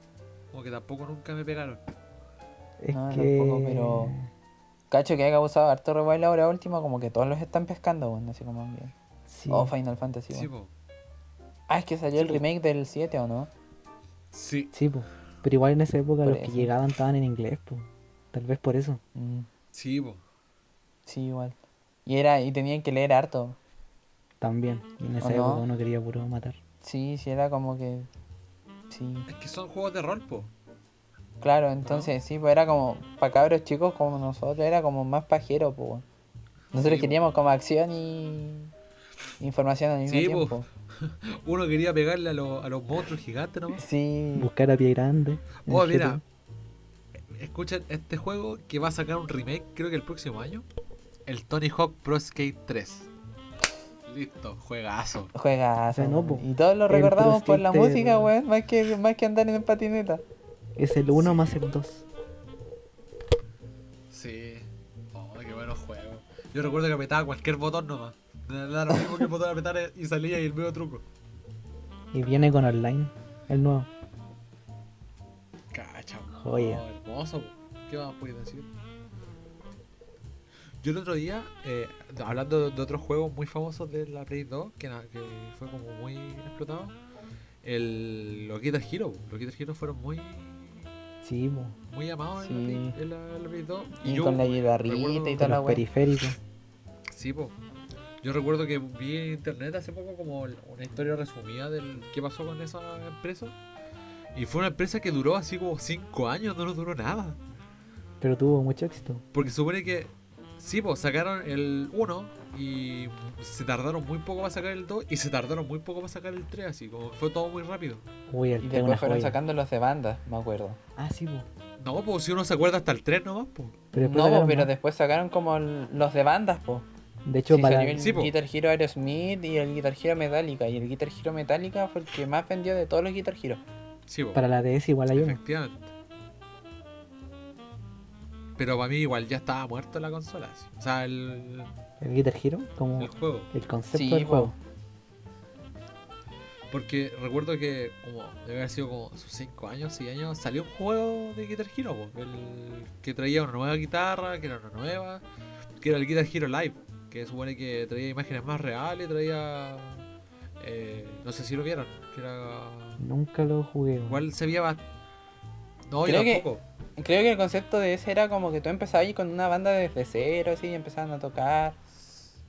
[SPEAKER 1] Como que tampoco nunca me pegaron.
[SPEAKER 2] Es
[SPEAKER 3] No,
[SPEAKER 2] que.
[SPEAKER 3] tampoco, pero- Cacho que ha causado harto revuelo ahora último, como que todos los están pescando, weón, así como bien.
[SPEAKER 2] Sí.
[SPEAKER 3] O Final Fantasy,
[SPEAKER 1] Sí,
[SPEAKER 3] weón.
[SPEAKER 1] po.
[SPEAKER 3] Ah, es que salió el remake del 7, ¿o no?
[SPEAKER 1] Sí,
[SPEAKER 2] Sí, po. Pero igual en esa época
[SPEAKER 3] Por
[SPEAKER 2] los que
[SPEAKER 3] eso.
[SPEAKER 2] llegaban estaban en inglés, po. Tal vez por eso.
[SPEAKER 3] Mm,
[SPEAKER 1] sí, po.
[SPEAKER 3] sí, igual. Y era, y tenían que leer harto.
[SPEAKER 2] También. Y en esa
[SPEAKER 3] ¿O no?
[SPEAKER 2] época uno quería puro matar.
[SPEAKER 3] Sí, sí, era como que. Sí.
[SPEAKER 1] Es que son juegos de rol, po.
[SPEAKER 3] Claro, entonces sí, pues era como para cabros chicos como nosotros, era como más pajero, pues. weón. Nosotros
[SPEAKER 1] Sí,
[SPEAKER 3] queríamos como acción y información al mismo
[SPEAKER 1] Sí, po.
[SPEAKER 3] tiempo.
[SPEAKER 1] Uno quería pegarle a, los- a los monstruos gigantes nomás.
[SPEAKER 3] Sí,
[SPEAKER 2] Buscar a pie grande. en
[SPEAKER 1] Oh,
[SPEAKER 2] el
[SPEAKER 1] mira.
[SPEAKER 2] GTA.
[SPEAKER 1] Escuchen este juego que va a sacar un remake, creo que el próximo año. El Tony Hawk Pro Skate 3. Listo, juegazo.
[SPEAKER 3] juegas.
[SPEAKER 2] O sea, no, po.
[SPEAKER 3] y todos lo
[SPEAKER 2] El Pro
[SPEAKER 3] recordamos por la
[SPEAKER 2] Skater,
[SPEAKER 3] música,
[SPEAKER 2] weón.
[SPEAKER 3] weón, más que, más que andar en patineta.
[SPEAKER 2] Es el 1 más el 2.
[SPEAKER 1] Sí. Oh, qué buenos juegos. Yo recuerdo que apretaba cualquier botón nomás. Me da lo mismo que el botón apretar y salía y el medio truco.
[SPEAKER 2] Y viene con online. El nuevo.
[SPEAKER 1] Cacha,
[SPEAKER 2] Joya.
[SPEAKER 1] oh, hermoso. ¿Qué más puedes decir? Yo el otro día, eh, hablando de, de otros juegos muy famosos de la Play 2, que, na- que fue como muy explotado, el, los Guitar Hero. Los Guitar Hero fueron muy,
[SPEAKER 2] Sí, po.
[SPEAKER 1] muy amados
[SPEAKER 3] Sí.
[SPEAKER 1] en, la Play, en la- en la Play 2.
[SPEAKER 3] Y con la guitarrita
[SPEAKER 1] recuerdo-
[SPEAKER 3] y
[SPEAKER 2] Con
[SPEAKER 3] toda la
[SPEAKER 2] los
[SPEAKER 3] weón.
[SPEAKER 2] periféricos.
[SPEAKER 1] Sí, po. Yo recuerdo que vi en internet hace poco como el- una historia resumida del qué pasó con esa empresa. Y fue una empresa que duró así como 5 años, no nos duró nada.
[SPEAKER 2] Pero tuvo mucho éxito.
[SPEAKER 1] Porque supone que, sí, pues sacaron el 1 y se tardaron muy poco para sacar el 2 y se tardaron muy poco para sacar el 3, así como fue todo muy rápido.
[SPEAKER 2] Uy, el
[SPEAKER 3] Y
[SPEAKER 2] 3 una
[SPEAKER 3] después fueron
[SPEAKER 2] joya.
[SPEAKER 3] sacando los de banda, me acuerdo.
[SPEAKER 2] Ah, sí, po.
[SPEAKER 1] No, pues si uno se acuerda hasta el 3 nomás, pues.
[SPEAKER 2] Pero después
[SPEAKER 3] no, po,
[SPEAKER 2] sacaron
[SPEAKER 3] pero
[SPEAKER 2] más.
[SPEAKER 3] después sacaron como el- los de bandas, po.
[SPEAKER 2] De hecho,
[SPEAKER 3] Sí,
[SPEAKER 2] para.
[SPEAKER 3] salió el
[SPEAKER 1] Sí, po.
[SPEAKER 3] Guitar Hero Aerosmith y el Guitar Hero Metallica. Y el Guitar Hero Metallica fue el que más vendió de todos los Guitar Hero.
[SPEAKER 1] Sí, pues.
[SPEAKER 2] Para la DS igual hay uno.
[SPEAKER 1] Efectivamente. Pero para mí igual ya estaba muerto la consola, así. o sea, el,
[SPEAKER 2] El Guitar Hero, como
[SPEAKER 1] el juego.
[SPEAKER 2] el concepto
[SPEAKER 3] Sí,
[SPEAKER 2] del
[SPEAKER 3] po.
[SPEAKER 2] juego.
[SPEAKER 1] Porque recuerdo que como debe haber sido como sus 5 años, 6 años, salió un juego de Guitar Hero, po, el que traía una nueva guitarra, que era una nueva, que era el Guitar Hero Live, que supone que traía imágenes más reales, traía eh, no sé si lo vieron, que era
[SPEAKER 2] Nunca lo jugué. weón.
[SPEAKER 1] igual se veía bast- No, yo
[SPEAKER 3] Creo que-
[SPEAKER 1] tampoco.
[SPEAKER 3] Creo que el concepto de ese era como que tú empezabas ahí con una banda desde cero, así, y empezaban a tocar.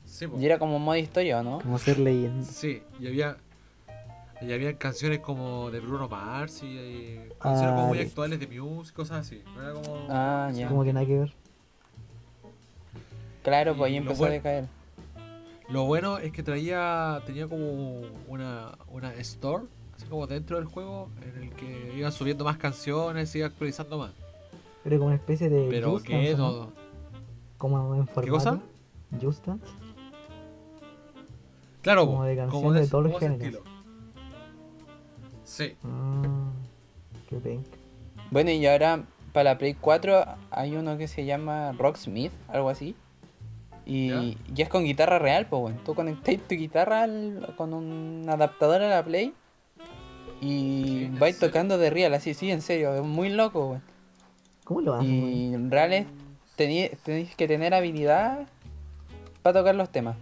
[SPEAKER 1] Sí, po.
[SPEAKER 3] Y era como un modo historia, ¿o ¿no?
[SPEAKER 2] Como ser leyenda.
[SPEAKER 1] Sí, y había y había canciones como de Bruno Mars y, y canciones
[SPEAKER 2] Ah,
[SPEAKER 1] como muy
[SPEAKER 2] de-
[SPEAKER 1] actuales de Muse, cosas así. No era como
[SPEAKER 3] Ah, ya.
[SPEAKER 2] Como que nada que ver.
[SPEAKER 3] Claro, pues
[SPEAKER 1] Y
[SPEAKER 3] ahí
[SPEAKER 1] lo
[SPEAKER 3] empezó a
[SPEAKER 1] bueno-
[SPEAKER 3] decaer.
[SPEAKER 1] Lo bueno es que traía, tenía como una, una store, así como dentro del juego, en el que iban subiendo más canciones, iba actualizando más.
[SPEAKER 2] Era como una especie de.
[SPEAKER 1] Pero
[SPEAKER 2] Just
[SPEAKER 1] que
[SPEAKER 2] Dance, ¿no?
[SPEAKER 1] no,
[SPEAKER 2] Como en formato.
[SPEAKER 1] cosa?
[SPEAKER 2] Just Dance.
[SPEAKER 1] claro,
[SPEAKER 2] Como
[SPEAKER 1] po,
[SPEAKER 2] de canciones de
[SPEAKER 1] ese-
[SPEAKER 2] todos los
[SPEAKER 1] como ese
[SPEAKER 2] géneros.
[SPEAKER 1] estilo. Sí,
[SPEAKER 2] Ah, qué penca.
[SPEAKER 3] Bueno, y ahora para la Play 4 hay uno que se llama Rocksmith, algo así. Y
[SPEAKER 1] Ya.
[SPEAKER 3] y es con guitarra real, pues bueno. Tú conectáis tu guitarra al- con un adaptador a la Play
[SPEAKER 1] Sí,
[SPEAKER 3] y
[SPEAKER 1] ¿en
[SPEAKER 3] vais
[SPEAKER 1] serio?
[SPEAKER 3] tocando de real, así, sí, en serio, es muy loco, weón.
[SPEAKER 2] ¿Cómo lo hacen? weón?
[SPEAKER 3] Y en real es, tení- tenéis que tener habilidad para tocar los temas.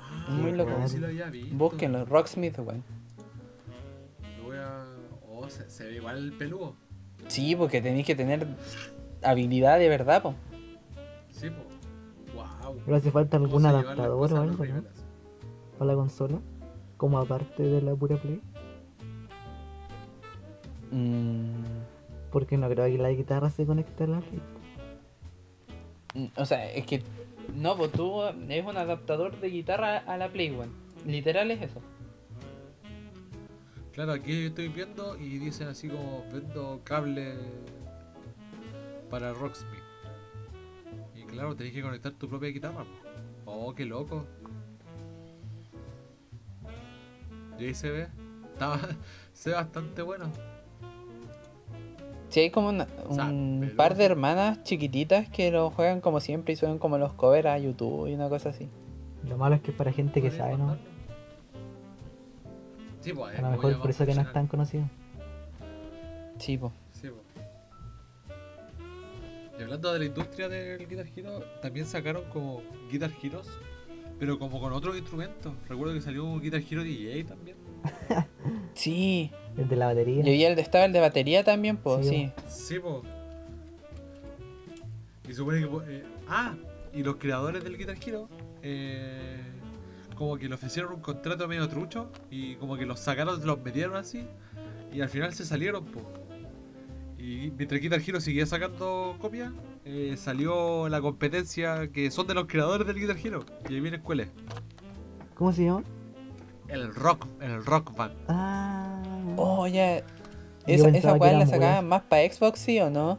[SPEAKER 3] Ah, Muy
[SPEAKER 2] qué
[SPEAKER 3] loco.
[SPEAKER 2] bueno.
[SPEAKER 1] sí lo había visto.
[SPEAKER 3] Búsquenlo, Rocksmith, weón.
[SPEAKER 1] Lo voy a- oh, se, se ve igual el peludo.
[SPEAKER 3] Sí, porque tenéis que tener habilidad de verdad, pues.
[SPEAKER 1] Sí, po. Wow.
[SPEAKER 2] Pero hace falta algún adaptador o algo, ¿no? Para la consola. Como aparte de la pura play.
[SPEAKER 3] Mm.
[SPEAKER 2] Porque no creo que la guitarra se conecte a la play.
[SPEAKER 3] Mm, O sea, es que No, pues tú es un adaptador de guitarra a la Play One. Literal es eso.
[SPEAKER 1] Claro, aquí yo estoy viendo y dicen así como vendo cable para Rocksmith. Y claro, tenés que conectar tu propia guitarra. po. Oh, qué loco. Y ahí se ve. Está, se ve bastante bueno.
[SPEAKER 3] Sí, hay como una-
[SPEAKER 1] O sea,
[SPEAKER 3] un
[SPEAKER 1] pero-
[SPEAKER 3] par de hermanas chiquititas que lo juegan como siempre y suben como los covers a YouTube y una cosa así.
[SPEAKER 2] Lo malo es que es para gente que
[SPEAKER 1] Podría
[SPEAKER 2] sabe, ¿no?
[SPEAKER 1] mandarle. Sí, pues,
[SPEAKER 2] A
[SPEAKER 1] es
[SPEAKER 2] lo
[SPEAKER 1] como
[SPEAKER 2] mejor
[SPEAKER 1] ya
[SPEAKER 2] por
[SPEAKER 1] más
[SPEAKER 2] eso que no es tan
[SPEAKER 1] profesional.
[SPEAKER 2] conocido.
[SPEAKER 3] Sí, po.
[SPEAKER 1] Sí, pues. Y hablando de la industria del Guitar Hero, también sacaron como Guitar Heroes, pero como con otros instrumentos. Recuerdo que salió un Guitar Hero DJ también.
[SPEAKER 3] Sí.
[SPEAKER 2] El de la batería.
[SPEAKER 3] Yo vi el de, estaba el de batería también, pues
[SPEAKER 2] Sí,
[SPEAKER 3] sí.
[SPEAKER 1] Sí, pues. Y supone que. po- eh, ah, y los creadores del Guitar Hero, eh, como que le ofrecieron un contrato medio trucho y como que los sacaron, los metieron así y al final se salieron, po. Y mientras Guitar Hero seguía sacando copias, eh, salió la competencia que son de los creadores del Guitar Hero. Y ahí viene cuál es.
[SPEAKER 2] ¿Cómo se llama?
[SPEAKER 1] El rock, el rock band.
[SPEAKER 2] Ah.
[SPEAKER 3] Oh, ya.
[SPEAKER 2] Yo
[SPEAKER 3] Esa,
[SPEAKER 2] pensaba
[SPEAKER 3] esa
[SPEAKER 2] que
[SPEAKER 3] weá la
[SPEAKER 2] eran
[SPEAKER 3] sacaban
[SPEAKER 2] weas.
[SPEAKER 3] más para Xbox, ¿sí o no?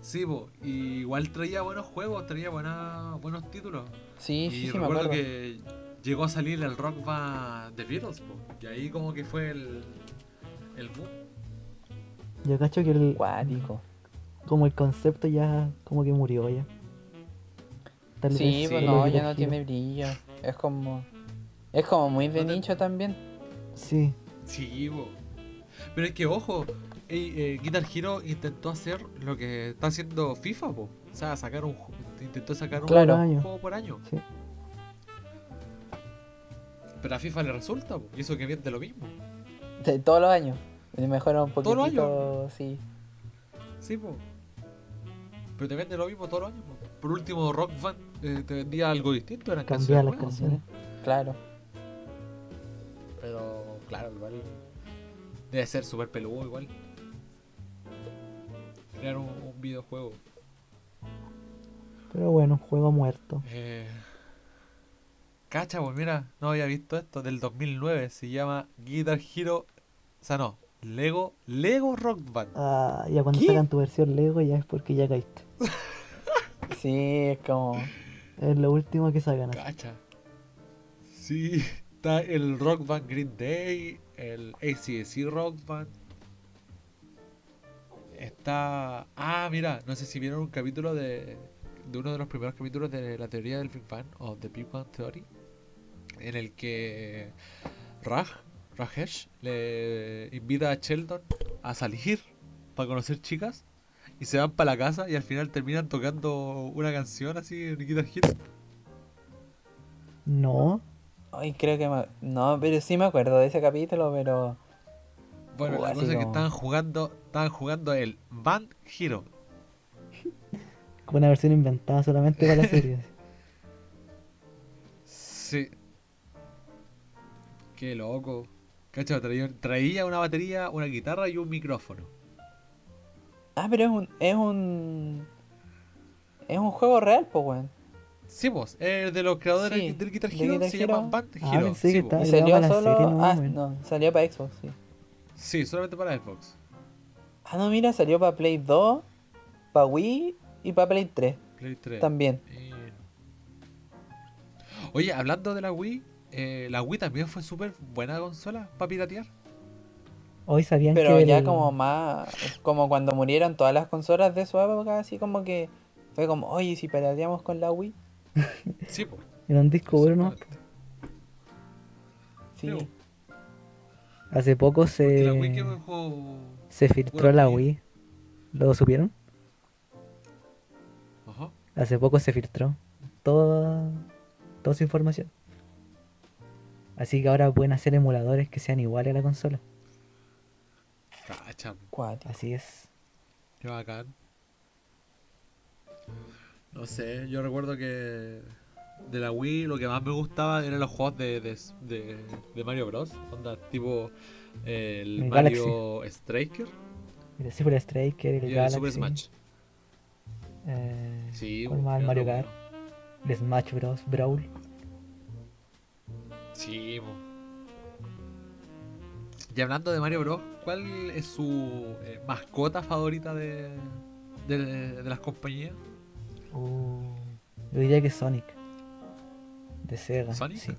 [SPEAKER 1] Sí, po. Y igual traía buenos juegos, traía buena- buenos títulos.
[SPEAKER 3] Sí,
[SPEAKER 1] y
[SPEAKER 3] sí, sí, me
[SPEAKER 1] recuerdo
[SPEAKER 3] acuerdo.
[SPEAKER 1] que llegó a salir el rock band de Beatles, po, y ahí como que fue el, el boom.
[SPEAKER 2] Yo cacho que el,
[SPEAKER 3] Cuático.
[SPEAKER 2] como el concepto ya como que murió ya. Tal vez
[SPEAKER 3] Sí,
[SPEAKER 1] sí,
[SPEAKER 3] pues
[SPEAKER 2] lo
[SPEAKER 3] no,
[SPEAKER 2] que
[SPEAKER 3] ya
[SPEAKER 2] te
[SPEAKER 3] no
[SPEAKER 2] quiero.
[SPEAKER 3] tiene brillo. Es como. Es como muy de
[SPEAKER 1] No te-
[SPEAKER 3] nicho también.
[SPEAKER 2] Sí,
[SPEAKER 1] Sí, po. pero es que ojo, ey, eh, Guitar Hero intentó hacer lo que está haciendo FIFA, po. o sea, sacar un ju- intentó sacar un
[SPEAKER 3] Claro.
[SPEAKER 2] año.
[SPEAKER 1] juego por año.
[SPEAKER 2] Sí.
[SPEAKER 1] Pero a FIFA le resulta, po, y eso que vende lo mismo.
[SPEAKER 3] De todos los años. Le Mejora un
[SPEAKER 1] Todos los años.
[SPEAKER 3] poquitito, sí.
[SPEAKER 1] Sí, po. Pero te vende lo mismo todos los años. po. Por último, Rock Band eh, te vendía algo distinto, eran canciones
[SPEAKER 2] cambiar las
[SPEAKER 1] nuevas.
[SPEAKER 2] canciones.
[SPEAKER 3] Claro.
[SPEAKER 1] Pero claro, igual debe ser súper peludo igual. Crear un, un videojuego.
[SPEAKER 2] Pero bueno, juego muerto.
[SPEAKER 1] Eh... Cacha, pues mira, no había visto esto. Del 2009 se llama Guitar Hero... O sea, no. Lego, Lego Rock Band.
[SPEAKER 2] Ah, ya cuando
[SPEAKER 1] ¿Qué?
[SPEAKER 2] sacan tu versión Lego ya es porque ya caíste.
[SPEAKER 3] Sí, es como.
[SPEAKER 2] Es lo último que sacan así.
[SPEAKER 1] Cacha. Sí, está el Rock Band Green Day, el ACDC Rock Band. Está. Ah, mira, no sé si vieron un capítulo de. de uno de los primeros capítulos de la teoría del Big Bang o The Big Bang Theory. En el que Raj, Rajesh, le invita a Sheldon a salir para conocer chicas. Y se van para la casa y al final terminan tocando una canción así en Guitar Hero.
[SPEAKER 2] No,
[SPEAKER 3] Ay, creo que. me- No, pero sí me acuerdo de ese capítulo, pero.
[SPEAKER 1] Bueno,
[SPEAKER 3] O
[SPEAKER 1] la
[SPEAKER 3] Oh, así
[SPEAKER 1] cosa es que
[SPEAKER 3] como-
[SPEAKER 1] estaban jugando, estaban jugando el Band Hero.
[SPEAKER 2] como una versión inventada solamente para la serie.
[SPEAKER 1] Sí. Qué loco. Cacha, traía, traía una batería, una guitarra y un micrófono.
[SPEAKER 3] Ah, pero es un. Es un. Es un juego real, pues, weón.
[SPEAKER 1] Sí, vos, eh, de los creadores
[SPEAKER 3] Sí,
[SPEAKER 1] del Guitar
[SPEAKER 3] de
[SPEAKER 1] Hero
[SPEAKER 3] Guitar
[SPEAKER 1] se
[SPEAKER 3] Hero.
[SPEAKER 1] llaman Band
[SPEAKER 2] Ah,
[SPEAKER 1] Hero.
[SPEAKER 2] pensé que
[SPEAKER 1] sí, vos.
[SPEAKER 2] estaba-
[SPEAKER 3] Y
[SPEAKER 2] le daba
[SPEAKER 3] salió
[SPEAKER 2] la
[SPEAKER 3] solo.
[SPEAKER 2] serie, ¿no?
[SPEAKER 3] ah,
[SPEAKER 2] Bueno.
[SPEAKER 3] no, salió para Xbox, sí.
[SPEAKER 1] Sí, solamente para Xbox.
[SPEAKER 3] Ah, no, mira, salió para Play 2, para Wii y para Play 3
[SPEAKER 1] Play 3.
[SPEAKER 3] también.
[SPEAKER 1] Eh. Oye, hablando de la Wii, eh, la Wii también fue súper buena consola para piratear.
[SPEAKER 2] Hoy sabían
[SPEAKER 3] Pero
[SPEAKER 2] que
[SPEAKER 3] ya
[SPEAKER 2] el-
[SPEAKER 3] como más, como cuando murieron todas las consolas de su época, así como que fue como, oye, ¿y si pirateamos con la Wii.
[SPEAKER 1] Sí, pues.
[SPEAKER 2] era un disco duro, ¿no?
[SPEAKER 3] Sí,
[SPEAKER 1] Sí.
[SPEAKER 2] Hace poco
[SPEAKER 1] Y
[SPEAKER 2] se,
[SPEAKER 1] la Wii que fue un juego.
[SPEAKER 2] se filtró la
[SPEAKER 1] Wii.
[SPEAKER 2] Wii. ¿Lo supieron?
[SPEAKER 1] Ajá.
[SPEAKER 2] Hace poco se filtró toda, toda su información. Así que ahora pueden hacer emuladores que sean iguales a la consola.
[SPEAKER 1] Cacha,
[SPEAKER 3] cuático.
[SPEAKER 2] Así es.
[SPEAKER 1] Qué bacán. No sé, yo recuerdo que de la Wii lo que más me gustaba eran los juegos de, de, de- de Mario Bros. Onda, tipo eh, el
[SPEAKER 2] El
[SPEAKER 1] Mario Striker
[SPEAKER 2] El Super Striker, el
[SPEAKER 1] y el
[SPEAKER 2] Galaxy.
[SPEAKER 1] Super Smash.
[SPEAKER 2] eh,
[SPEAKER 1] Sí,
[SPEAKER 2] ¿cuál
[SPEAKER 1] bu,
[SPEAKER 2] más? El
[SPEAKER 1] era
[SPEAKER 2] Mario
[SPEAKER 1] lo
[SPEAKER 2] Kart.
[SPEAKER 1] bueno.
[SPEAKER 2] de Smash Bros. Brawl.
[SPEAKER 4] Sí, po.
[SPEAKER 1] Y hablando de Mario Bros, ¿cuál es su eh, mascota favorita de, de, de las compañías?
[SPEAKER 2] Uh. yo diría que Sonic. De Sega.
[SPEAKER 1] ¿Sonic?
[SPEAKER 2] Ah, Sí.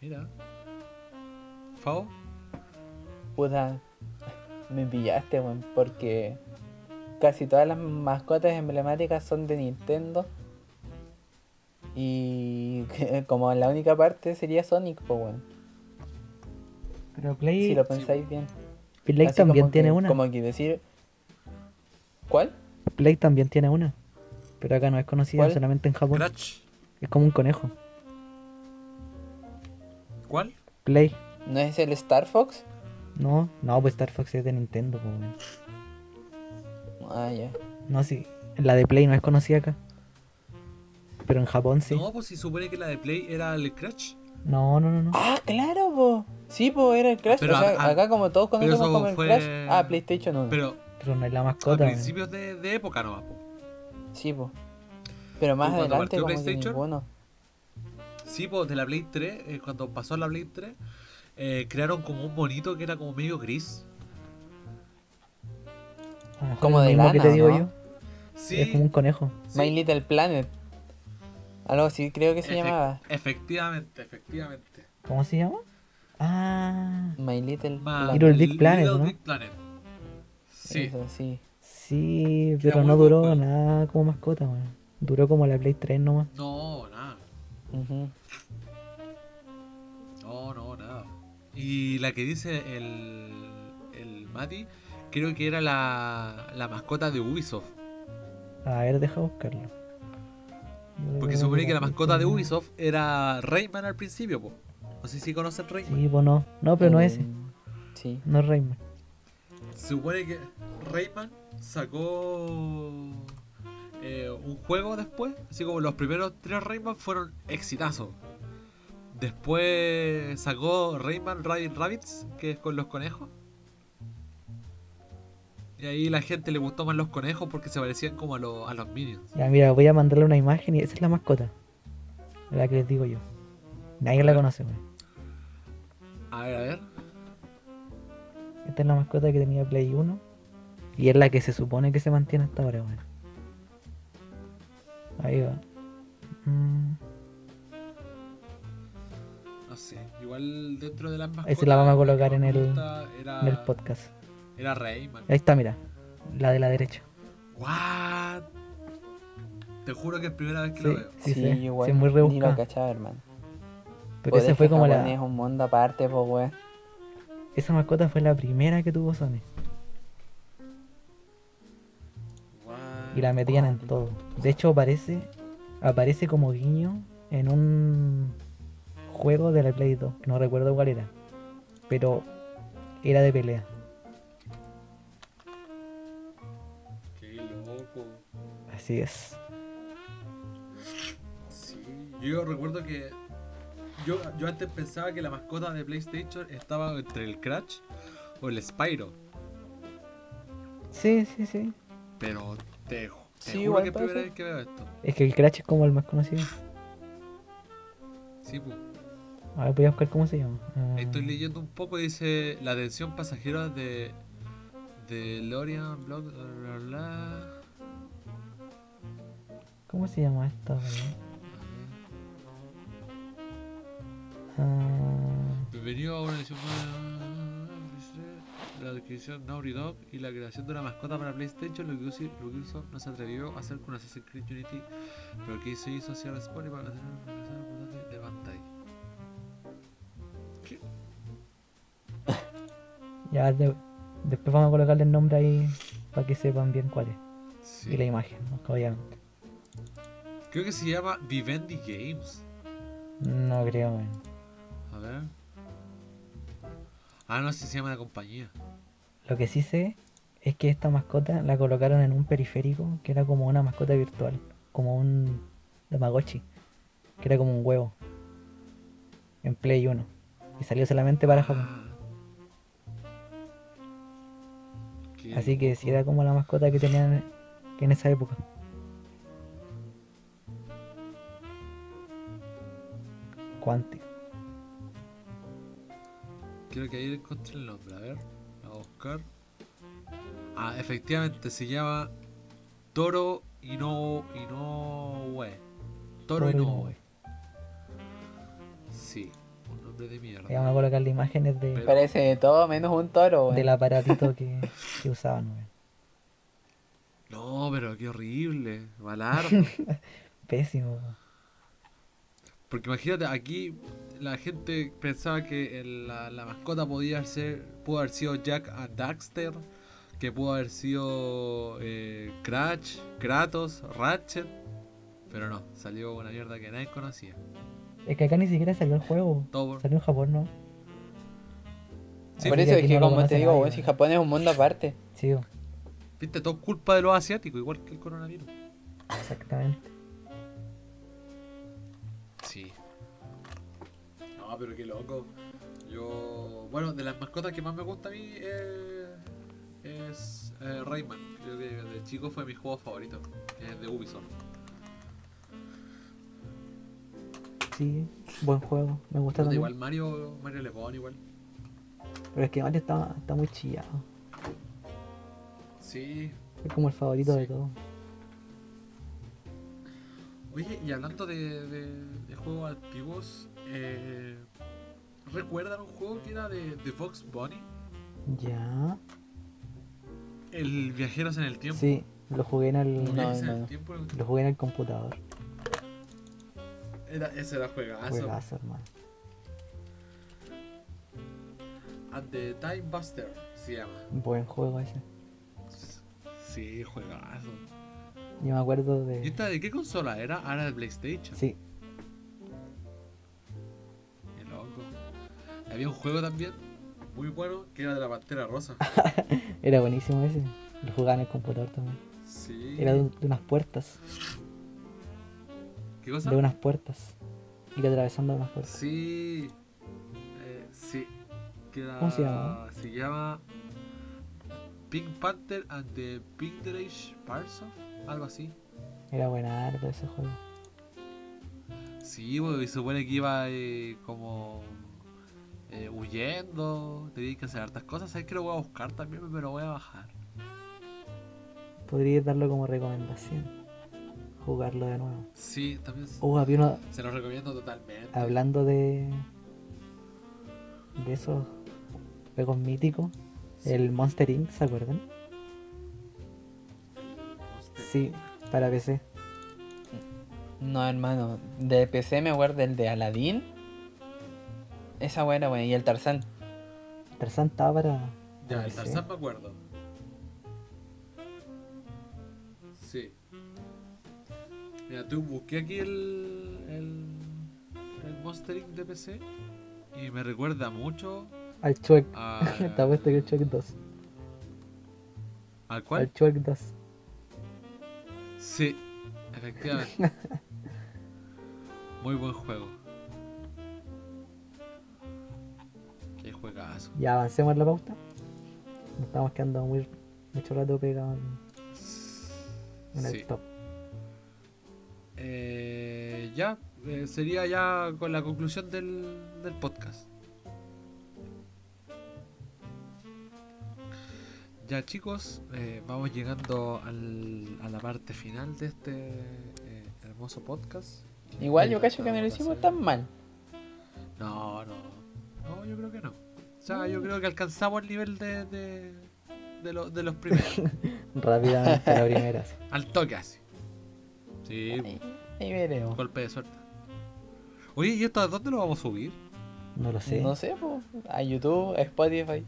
[SPEAKER 1] Mira. Fao,
[SPEAKER 3] Puta, me pillaste, weón, porque casi todas las mascotas emblemáticas son de Nintendo. Y como la única parte sería Sonic, po, weón.
[SPEAKER 2] Pero Play,
[SPEAKER 3] Si lo pensáis bien.
[SPEAKER 2] Play
[SPEAKER 3] Así
[SPEAKER 2] también
[SPEAKER 3] como
[SPEAKER 2] tiene
[SPEAKER 3] que-
[SPEAKER 2] una.
[SPEAKER 3] Como que decir. ¿Cuál?
[SPEAKER 2] Play también tiene una. Pero acá no es conocida,
[SPEAKER 3] ¿Cuál?
[SPEAKER 2] solamente en Japón.
[SPEAKER 1] Crash.
[SPEAKER 2] Es como un conejo.
[SPEAKER 1] ¿Cuál?
[SPEAKER 2] Play.
[SPEAKER 3] ¿No es el Star Fox?
[SPEAKER 2] No, no, pues Star Fox es de Nintendo, po, weón.
[SPEAKER 3] Ah, ya.
[SPEAKER 2] No, sí. La de Play no es conocida acá. Pero en Japón sí.
[SPEAKER 1] No, pues si supone que la de Play era el Crash.
[SPEAKER 2] No, no, no, no.
[SPEAKER 3] Ah, claro, po. Sí, po, era el Crash.
[SPEAKER 1] Pero
[SPEAKER 3] o sea,
[SPEAKER 1] a- a-
[SPEAKER 3] acá como todos
[SPEAKER 1] pero
[SPEAKER 3] conocemos
[SPEAKER 1] eso
[SPEAKER 3] como el
[SPEAKER 1] fue-
[SPEAKER 3] Crash. Ah, PlayStation 1.
[SPEAKER 1] Pero
[SPEAKER 2] Pero no es la
[SPEAKER 1] a
[SPEAKER 2] mascota. weón.
[SPEAKER 1] principios de, de época no
[SPEAKER 3] Sí, po. Pero más
[SPEAKER 1] ¿Y cuando
[SPEAKER 3] adelante
[SPEAKER 1] partió
[SPEAKER 3] como que
[SPEAKER 1] PlayStation?
[SPEAKER 3] ninguno.
[SPEAKER 1] Sí, pues de la Play 3, eh, cuando pasó la Play 3, eh, crearon como un bonito que era como medio gris.
[SPEAKER 2] A lo mejor
[SPEAKER 3] Como
[SPEAKER 2] es lo
[SPEAKER 3] de
[SPEAKER 2] mismo que
[SPEAKER 3] lana,
[SPEAKER 2] te digo
[SPEAKER 3] ¿no?
[SPEAKER 2] yo.
[SPEAKER 1] Sí,
[SPEAKER 2] Es como un conejo.
[SPEAKER 1] sí.
[SPEAKER 3] My Little Planet. Algo así creo que se
[SPEAKER 1] Efec-
[SPEAKER 3] llamaba.
[SPEAKER 1] Efectivamente, efectivamente.
[SPEAKER 2] ¿Cómo se llama? Ah,
[SPEAKER 3] My Little
[SPEAKER 1] Ma-
[SPEAKER 3] Planet.
[SPEAKER 2] Little Big Planet,
[SPEAKER 1] Little
[SPEAKER 2] ¿no?
[SPEAKER 1] Big Planet. Sí,
[SPEAKER 3] Eso, sí.
[SPEAKER 2] sí,
[SPEAKER 1] Queda
[SPEAKER 2] pero
[SPEAKER 1] muy
[SPEAKER 2] no
[SPEAKER 1] bueno,
[SPEAKER 2] duró
[SPEAKER 1] weón.
[SPEAKER 2] nada como mascota, weón. Duró como la Play 3 nomás.
[SPEAKER 1] no, nada.
[SPEAKER 3] Ujú.
[SPEAKER 1] No, no, nada. Y la que dice el, el Mati, creo que era la, la mascota de Ubisoft.
[SPEAKER 2] A ver, deja buscarlo. Yo
[SPEAKER 1] Porque
[SPEAKER 2] creo
[SPEAKER 1] se supone que la
[SPEAKER 2] Play
[SPEAKER 1] mascota de
[SPEAKER 2] 3 no.
[SPEAKER 1] Ubisoft era Rayman al principio, po. No sé si conocen Rayman.
[SPEAKER 2] Sí, pues no. No, pero no
[SPEAKER 3] Eh,
[SPEAKER 2] es ese.
[SPEAKER 3] Sí.
[SPEAKER 2] No es Rayman.
[SPEAKER 1] Se supone que Rayman sacó eh, un juego después. Así como los primeros tres Rayman fueron exitazos. Después sacó Rayman Rabbids Rabbits, que es con los conejos. Y ahí la gente le gustó más los conejos porque se parecían como a, los- a los minions.
[SPEAKER 2] Ya, mira, voy a mandarle una imagen y esa es la mascota. La que les digo yo. Nadie la conoce, weón.
[SPEAKER 1] A ver, a ver.
[SPEAKER 2] Esta es la mascota que tenía Play 1. Y es la que se supone que se mantiene hasta ahora, weón. Ahí va. Mm,
[SPEAKER 1] No sé. Igual dentro de las mascotas.
[SPEAKER 2] Ahí se la vamos a colocar
[SPEAKER 1] que
[SPEAKER 2] en
[SPEAKER 1] más me
[SPEAKER 2] el-
[SPEAKER 1] gusta Era,
[SPEAKER 2] en el podcast.
[SPEAKER 1] era Rayman.
[SPEAKER 2] Ahí está, mira. La de la derecha.
[SPEAKER 1] What? Te juro que es primera vez que lo
[SPEAKER 2] Sí,
[SPEAKER 1] veo.
[SPEAKER 2] sí,
[SPEAKER 3] Sí,
[SPEAKER 2] sí.
[SPEAKER 3] igual.
[SPEAKER 2] Sí, es muy
[SPEAKER 3] Ni lo
[SPEAKER 2] rebuscada.
[SPEAKER 3] cachaba, hermano.
[SPEAKER 2] Pero
[SPEAKER 3] Por
[SPEAKER 2] esa
[SPEAKER 3] eso
[SPEAKER 2] fue como
[SPEAKER 3] Japón Es
[SPEAKER 2] la.
[SPEAKER 3] un mundo aparte, po, weón.
[SPEAKER 2] Esa mascota fue la primera que tuvo Sony. y la metían en todo. De hecho aparece aparece como guiño en un juego de la Play 2, que no recuerdo cuál era, pero era de pelea.
[SPEAKER 1] Qué loco.
[SPEAKER 2] Así es.
[SPEAKER 1] Sí. Yo recuerdo que yo, yo antes pensaba que la mascota de PlayStation estaba entre el Crash o el Spyro,
[SPEAKER 2] Sí, sí, sí.
[SPEAKER 1] pero te, ju- te
[SPEAKER 3] Sí,
[SPEAKER 1] juro
[SPEAKER 3] igual
[SPEAKER 1] que es primera
[SPEAKER 3] pasa.
[SPEAKER 1] vez que veo esto.
[SPEAKER 2] Es que el Crash es como el más conocido.
[SPEAKER 1] Sí, pu.
[SPEAKER 2] A ver, voy a buscar cómo se llama. Ah,
[SPEAKER 1] Estoy leyendo un poco, dice la atención pasajera de de Lorian Blog bla, bla, bla.
[SPEAKER 2] ¿Cómo se llama esta? weá? Ah,
[SPEAKER 1] Bienvenido a una edición más. La adquisición Naughty Dog y la creación de una mascota para PlayStation, lo que Usi- lo que Ubisoft no se atrevió a hacer con Assassin's Creed Unity, pero que se hizo hacia Respawn y para hacer un personaje de Bandai.
[SPEAKER 2] ya de- después vamos a colocarle el nombre ahí para que sepan bien cuál es.
[SPEAKER 1] Sí.
[SPEAKER 2] Y la imagen, obviamente.
[SPEAKER 1] Creo que se llama Vivendi Games.
[SPEAKER 2] No creo, weón.
[SPEAKER 1] A ver. Ah, no, sí se llama la compañía.
[SPEAKER 2] Lo que sí sé es que esta mascota la colocaron en un periférico que era como una mascota virtual, como un Tamagotchi, que era como un huevo en Play 1 y salió solamente para Japón.
[SPEAKER 1] Ah. Qué
[SPEAKER 2] Así que
[SPEAKER 1] loco.
[SPEAKER 2] sí era como la mascota que tenían en esa época. guante.
[SPEAKER 1] Quiero que ahí encontré el nombre, a ver. Vamos a buscar. Ah, efectivamente, se llama Toro Ino... Inoue. Toro
[SPEAKER 2] Toro
[SPEAKER 1] Inoue. Sí, un nombre de
[SPEAKER 2] Ahí vamos
[SPEAKER 1] mierda.
[SPEAKER 2] a colocar las imágenes de,
[SPEAKER 3] Parece de todo menos un toro, weón.
[SPEAKER 2] del aparatito que, que usaban. weón.
[SPEAKER 1] No, pero qué horrible. Balardo.
[SPEAKER 2] Pésimo. weón.
[SPEAKER 1] Porque imagínate, aquí la gente pensaba que el- la, la mascota podía ser, pudo haber sido Jack a Daxter, que pudo haber sido eh, Crash, Kratos, Ratchet, pero no, salió una mierda que nadie conocía.
[SPEAKER 2] Es que acá ni siquiera salió el juego.
[SPEAKER 1] Todo por-
[SPEAKER 2] Salió en Japón, ¿no?
[SPEAKER 1] Sí, pues,
[SPEAKER 3] Por
[SPEAKER 2] Así
[SPEAKER 3] eso es
[SPEAKER 2] aquí
[SPEAKER 3] que,
[SPEAKER 2] no lo
[SPEAKER 3] como
[SPEAKER 2] conoce
[SPEAKER 3] te digo,
[SPEAKER 2] nadie,
[SPEAKER 3] weón, si
[SPEAKER 2] weón.
[SPEAKER 3] Japón es un mundo aparte.
[SPEAKER 2] Sí, weón,
[SPEAKER 1] Viste, todo culpa de los asiáticos, igual que el coronavirus.
[SPEAKER 2] exactamente.
[SPEAKER 1] Sí. No, pero qué loco. Yo. Bueno, de las mascotas que más me gusta a mí eh, es eh, Rayman. Creo que de chico fue mi juego favorito. Es de Ubisoft.
[SPEAKER 2] Sí, buen juego. Me gusta
[SPEAKER 1] Puta,
[SPEAKER 2] también.
[SPEAKER 1] Pues igual Mario, Mario le pone igual.
[SPEAKER 2] Pero es que Mario está, está muy chillado.
[SPEAKER 1] Sí.
[SPEAKER 2] Es como el favorito
[SPEAKER 1] Sí.
[SPEAKER 2] de todos.
[SPEAKER 1] Oye, y hablando de, de- de juegos antiguos, eh, ¿recuerdan un juego que era de, de Fox Bunny?
[SPEAKER 2] Ya.
[SPEAKER 1] El Viajeros en el Tiempo.
[SPEAKER 2] Sí, lo jugué en el.
[SPEAKER 1] Viajeros
[SPEAKER 3] no,
[SPEAKER 1] en el
[SPEAKER 3] no.
[SPEAKER 1] Tiempo
[SPEAKER 2] Lo jugué en el computador.
[SPEAKER 1] era, ese era juegazo.
[SPEAKER 2] Juegazo, hermano.
[SPEAKER 1] And the Time Buster se llama.
[SPEAKER 2] Buen juego ese.
[SPEAKER 1] Sí, juegazo.
[SPEAKER 2] Yo me acuerdo
[SPEAKER 1] ¿Y
[SPEAKER 2] de.
[SPEAKER 1] esta de qué consola era? Ah, Era de PlayStation.
[SPEAKER 2] Sí,
[SPEAKER 1] Qué loco. Había un juego también muy bueno que era de la Pantera Rosa.
[SPEAKER 2] era buenísimo ese. Lo jugaba en el computador también.
[SPEAKER 1] Sí.
[SPEAKER 2] Era de, un- de unas puertas.
[SPEAKER 1] ¿Qué cosa?
[SPEAKER 2] De unas puertas. Ir atravesando unas puertas.
[SPEAKER 1] Sí. Eh, sí. Que era-
[SPEAKER 2] ¿Cómo se llama?
[SPEAKER 1] Se llama Pink Panther and the Pink Drage Parts of, Algo así.
[SPEAKER 2] Era buenardo ese juego.
[SPEAKER 1] Sí, bo, y se supone que iba eh, como eh, huyendo. Tenía que hacer hartas cosas. Sabes que lo voy a buscar también, pero lo voy a bajar.
[SPEAKER 2] Podrías darlo como recomendación. Jugarlo de nuevo.
[SPEAKER 1] Sí, también se-
[SPEAKER 2] Oh, había uno.
[SPEAKER 1] se lo recomiendo totalmente.
[SPEAKER 2] Hablando de. de esos juegos míticos. El Monster Inc., ¿se acuerdan?
[SPEAKER 1] Usted.
[SPEAKER 2] Sí, para PC.
[SPEAKER 3] No, hermano. De PC me acuerdo el de Aladdin. Esa buena, weón. Y el Tarzán.
[SPEAKER 2] Tarzán estaba para.
[SPEAKER 1] Ya,
[SPEAKER 2] para
[SPEAKER 1] el
[SPEAKER 2] PC.
[SPEAKER 1] Tarzán me acuerdo. Sí. Mira, tú busqué aquí el, el, el Monster Inc. de PC y me recuerda mucho
[SPEAKER 2] Al Chuek.
[SPEAKER 1] a...
[SPEAKER 2] Te apuesto que el Chuek 2.
[SPEAKER 1] ¿Al
[SPEAKER 2] Al
[SPEAKER 1] cual?
[SPEAKER 2] Chuek 2.
[SPEAKER 1] Sí, efectivamente. Muy buen juego. Qué juegazo.
[SPEAKER 2] Ya avancemos en la pauta. Nos estamos quedando muy, mucho rato pegados en, en el
[SPEAKER 1] Sí.
[SPEAKER 2] top.
[SPEAKER 1] Eh, ya, eh, sería ya con la conclusión del, del podcast. Ya chicos, eh, vamos llegando al- a la parte final de este eh, hermoso podcast.
[SPEAKER 3] Igual
[SPEAKER 1] Sí,
[SPEAKER 3] yo cacho que no lo
[SPEAKER 1] tratamos de
[SPEAKER 3] hicimos
[SPEAKER 1] hacer-
[SPEAKER 3] tan mal.
[SPEAKER 1] No, no, no, yo creo que no. O sea, yo creo que alcanzamos el nivel de, de, de lo- de los primeros.
[SPEAKER 2] Rápidamente, la primera. sí.
[SPEAKER 1] al toque así. Sí,
[SPEAKER 3] Ahí, ahí veremos.
[SPEAKER 1] golpe de suerte. Oye, ¿y esto a dónde lo vamos a subir?
[SPEAKER 2] No lo sé.
[SPEAKER 3] No sé, po, a YouTube, a Spotify.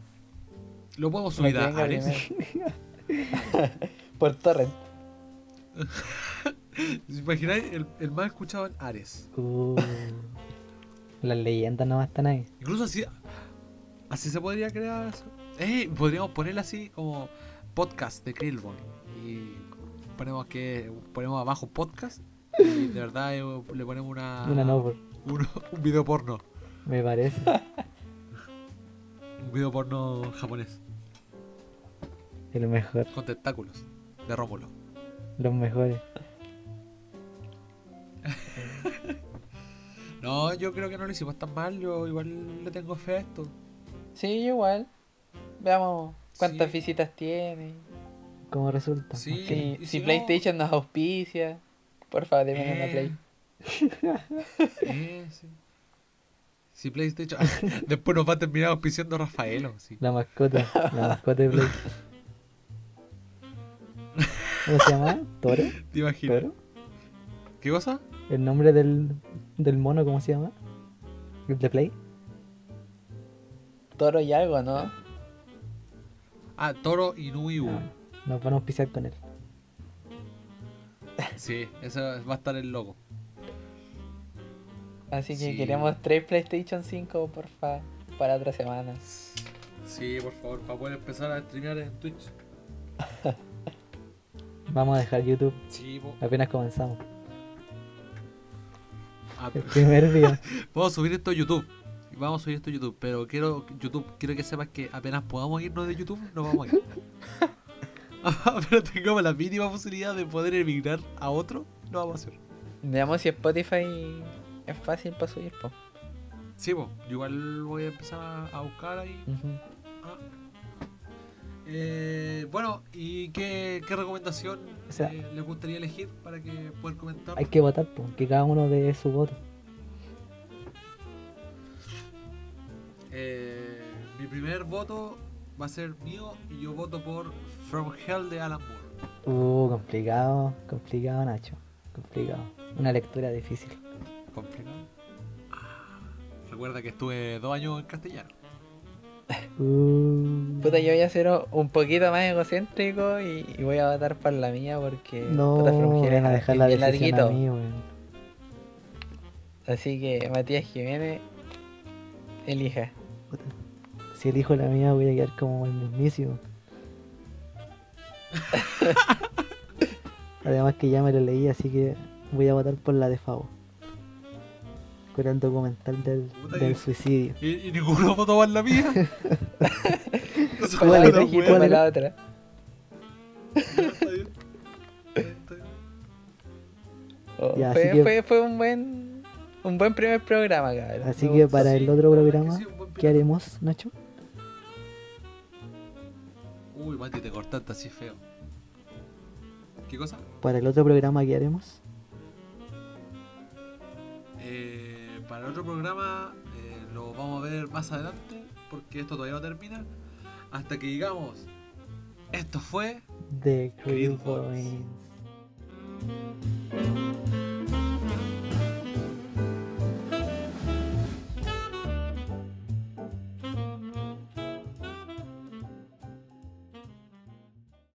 [SPEAKER 1] Lo podemos
[SPEAKER 3] lo que
[SPEAKER 1] subir a
[SPEAKER 3] venga
[SPEAKER 1] Ares.
[SPEAKER 3] primero. Por torrent.
[SPEAKER 1] ¿Se imagináis el, el más escuchado en Ares?
[SPEAKER 2] Uh, las leyendas nomás están ahí.
[SPEAKER 1] Incluso así. Así se podría crear. eso. Eh, podríamos ponerle así como podcast de Krillboy. Y ponemos que. Ponemos abajo podcast. Y de verdad eh, le ponemos una.
[SPEAKER 2] Una novel.
[SPEAKER 1] un, un video porno.
[SPEAKER 2] Me parece.
[SPEAKER 1] Un video porno japonés.
[SPEAKER 2] El mejor.
[SPEAKER 1] Con tentáculos. De Rómulo.
[SPEAKER 2] Los mejores.
[SPEAKER 1] No, yo creo que no lo hicimos tan mal. Yo igual le tengo fe a esto.
[SPEAKER 3] Sí, igual. Veamos cuántas
[SPEAKER 1] Sí.
[SPEAKER 3] visitas tiene.
[SPEAKER 2] ¿Cómo resulta?
[SPEAKER 1] Sí.
[SPEAKER 2] Ok.
[SPEAKER 3] Si,
[SPEAKER 1] y
[SPEAKER 3] si
[SPEAKER 1] si no-
[SPEAKER 3] PlayStation nos auspicia, por favor, denme una
[SPEAKER 1] Eh.
[SPEAKER 3] Play.
[SPEAKER 1] Eh, sí. Si PlayStation. Después nos va a terminar auspiciando Rafaelo. Sí.
[SPEAKER 2] La mascota, la mascota de Blake. ¿Cómo se llama? ¿Toro?
[SPEAKER 1] ¿Te imaginas?
[SPEAKER 2] ¿Toro?
[SPEAKER 1] ¿Qué cosa?
[SPEAKER 2] ¿El nombre del, del mono, cómo se llama? ¿El de Play?
[SPEAKER 3] Toro y algo, ¿no?
[SPEAKER 1] Ah, Toro Inui Ubu.
[SPEAKER 2] Ah, nos van a auspiciar con él.
[SPEAKER 1] Sí, eso va a estar el logo.
[SPEAKER 3] Así que
[SPEAKER 1] Sí.
[SPEAKER 3] queremos tres PlayStation 5, por favor, para otra semana.
[SPEAKER 1] Sí, por favor, para poder empezar a streamear en Twitch.
[SPEAKER 2] Vamos a dejar YouTube,
[SPEAKER 1] Sí, po.
[SPEAKER 2] apenas comenzamos.
[SPEAKER 1] Ah,
[SPEAKER 2] El primer día.
[SPEAKER 1] Vamos a subir esto a YouTube. Vamos a subir esto a YouTube, pero quiero YouTube, quiero que sepas que apenas podamos irnos de YouTube, nos vamos a ir. Ah, pero tengamos la mínima posibilidad de poder emigrar a otro, lo vamos a hacer.
[SPEAKER 3] Veamos si Spotify es fácil para subir, po.
[SPEAKER 1] Sí, po, yo igual voy a empezar a- a buscar ahí.
[SPEAKER 3] Ujú.
[SPEAKER 1] Ah. Eh, bueno, ¿y qué, qué recomendación
[SPEAKER 2] O sea-
[SPEAKER 1] eh, les gustaría elegir para que puedan comentar?
[SPEAKER 2] Hay que votar, pues, que cada uno dé su voto.
[SPEAKER 1] Eh, mi primer voto va a ser mío y yo voto por From Hell de Alan Moore.
[SPEAKER 2] Uh, complicado, complicado, Nacho. Complicado. Una lectura difícil.
[SPEAKER 1] Complicado. Ah, Recuerda que estuve dos años en castellano.
[SPEAKER 2] Uh,
[SPEAKER 3] Puta, yo voy a ser o- un poquito más egocéntrico y, y voy a votar por la mía porque.
[SPEAKER 2] no,
[SPEAKER 3] puta, From Hell
[SPEAKER 2] me van a
[SPEAKER 3] es-
[SPEAKER 2] dejar
[SPEAKER 3] es
[SPEAKER 2] la
[SPEAKER 3] bien
[SPEAKER 2] decisión a
[SPEAKER 3] larguito.
[SPEAKER 2] mí, weón.
[SPEAKER 3] Así que Matías Jiménez, elija.
[SPEAKER 2] Si elijo la mía, voy a quedar como el mismísimo. Además que ya me lo leí, así que voy a votar por la de Favo. Con el documental del,
[SPEAKER 1] Puta,
[SPEAKER 2] del
[SPEAKER 1] y-
[SPEAKER 2] suicidio.
[SPEAKER 1] Y, y ninguno votó más la mía. No se jodan,
[SPEAKER 2] ¿Cuál era?
[SPEAKER 3] Para la
[SPEAKER 1] weón.
[SPEAKER 3] otra,
[SPEAKER 2] ¿Cuál
[SPEAKER 3] para
[SPEAKER 2] era?
[SPEAKER 3] la otra.
[SPEAKER 1] Está bien. Está bien.
[SPEAKER 3] Oh,
[SPEAKER 2] Ya,
[SPEAKER 3] fue,
[SPEAKER 2] así que-
[SPEAKER 3] fue, fue un buen un buen primer programa, cabrón.
[SPEAKER 2] Así
[SPEAKER 3] Me
[SPEAKER 2] que
[SPEAKER 3] gustó.
[SPEAKER 2] para
[SPEAKER 1] sí,
[SPEAKER 2] el otro
[SPEAKER 1] la verdad que
[SPEAKER 2] programa,
[SPEAKER 1] sí, un buen
[SPEAKER 2] ¿qué haremos, Nacho?
[SPEAKER 1] Uy, Mati, te cortaste así feo. ¿Qué cosa?
[SPEAKER 2] Para el otro programa, ¿qué haremos?
[SPEAKER 1] Eh, para el otro programa eh, lo vamos a ver más adelante porque esto todavía no termina. Hasta que digamos, esto fue
[SPEAKER 2] The Creed
[SPEAKER 1] Boys.
[SPEAKER 2] Boys.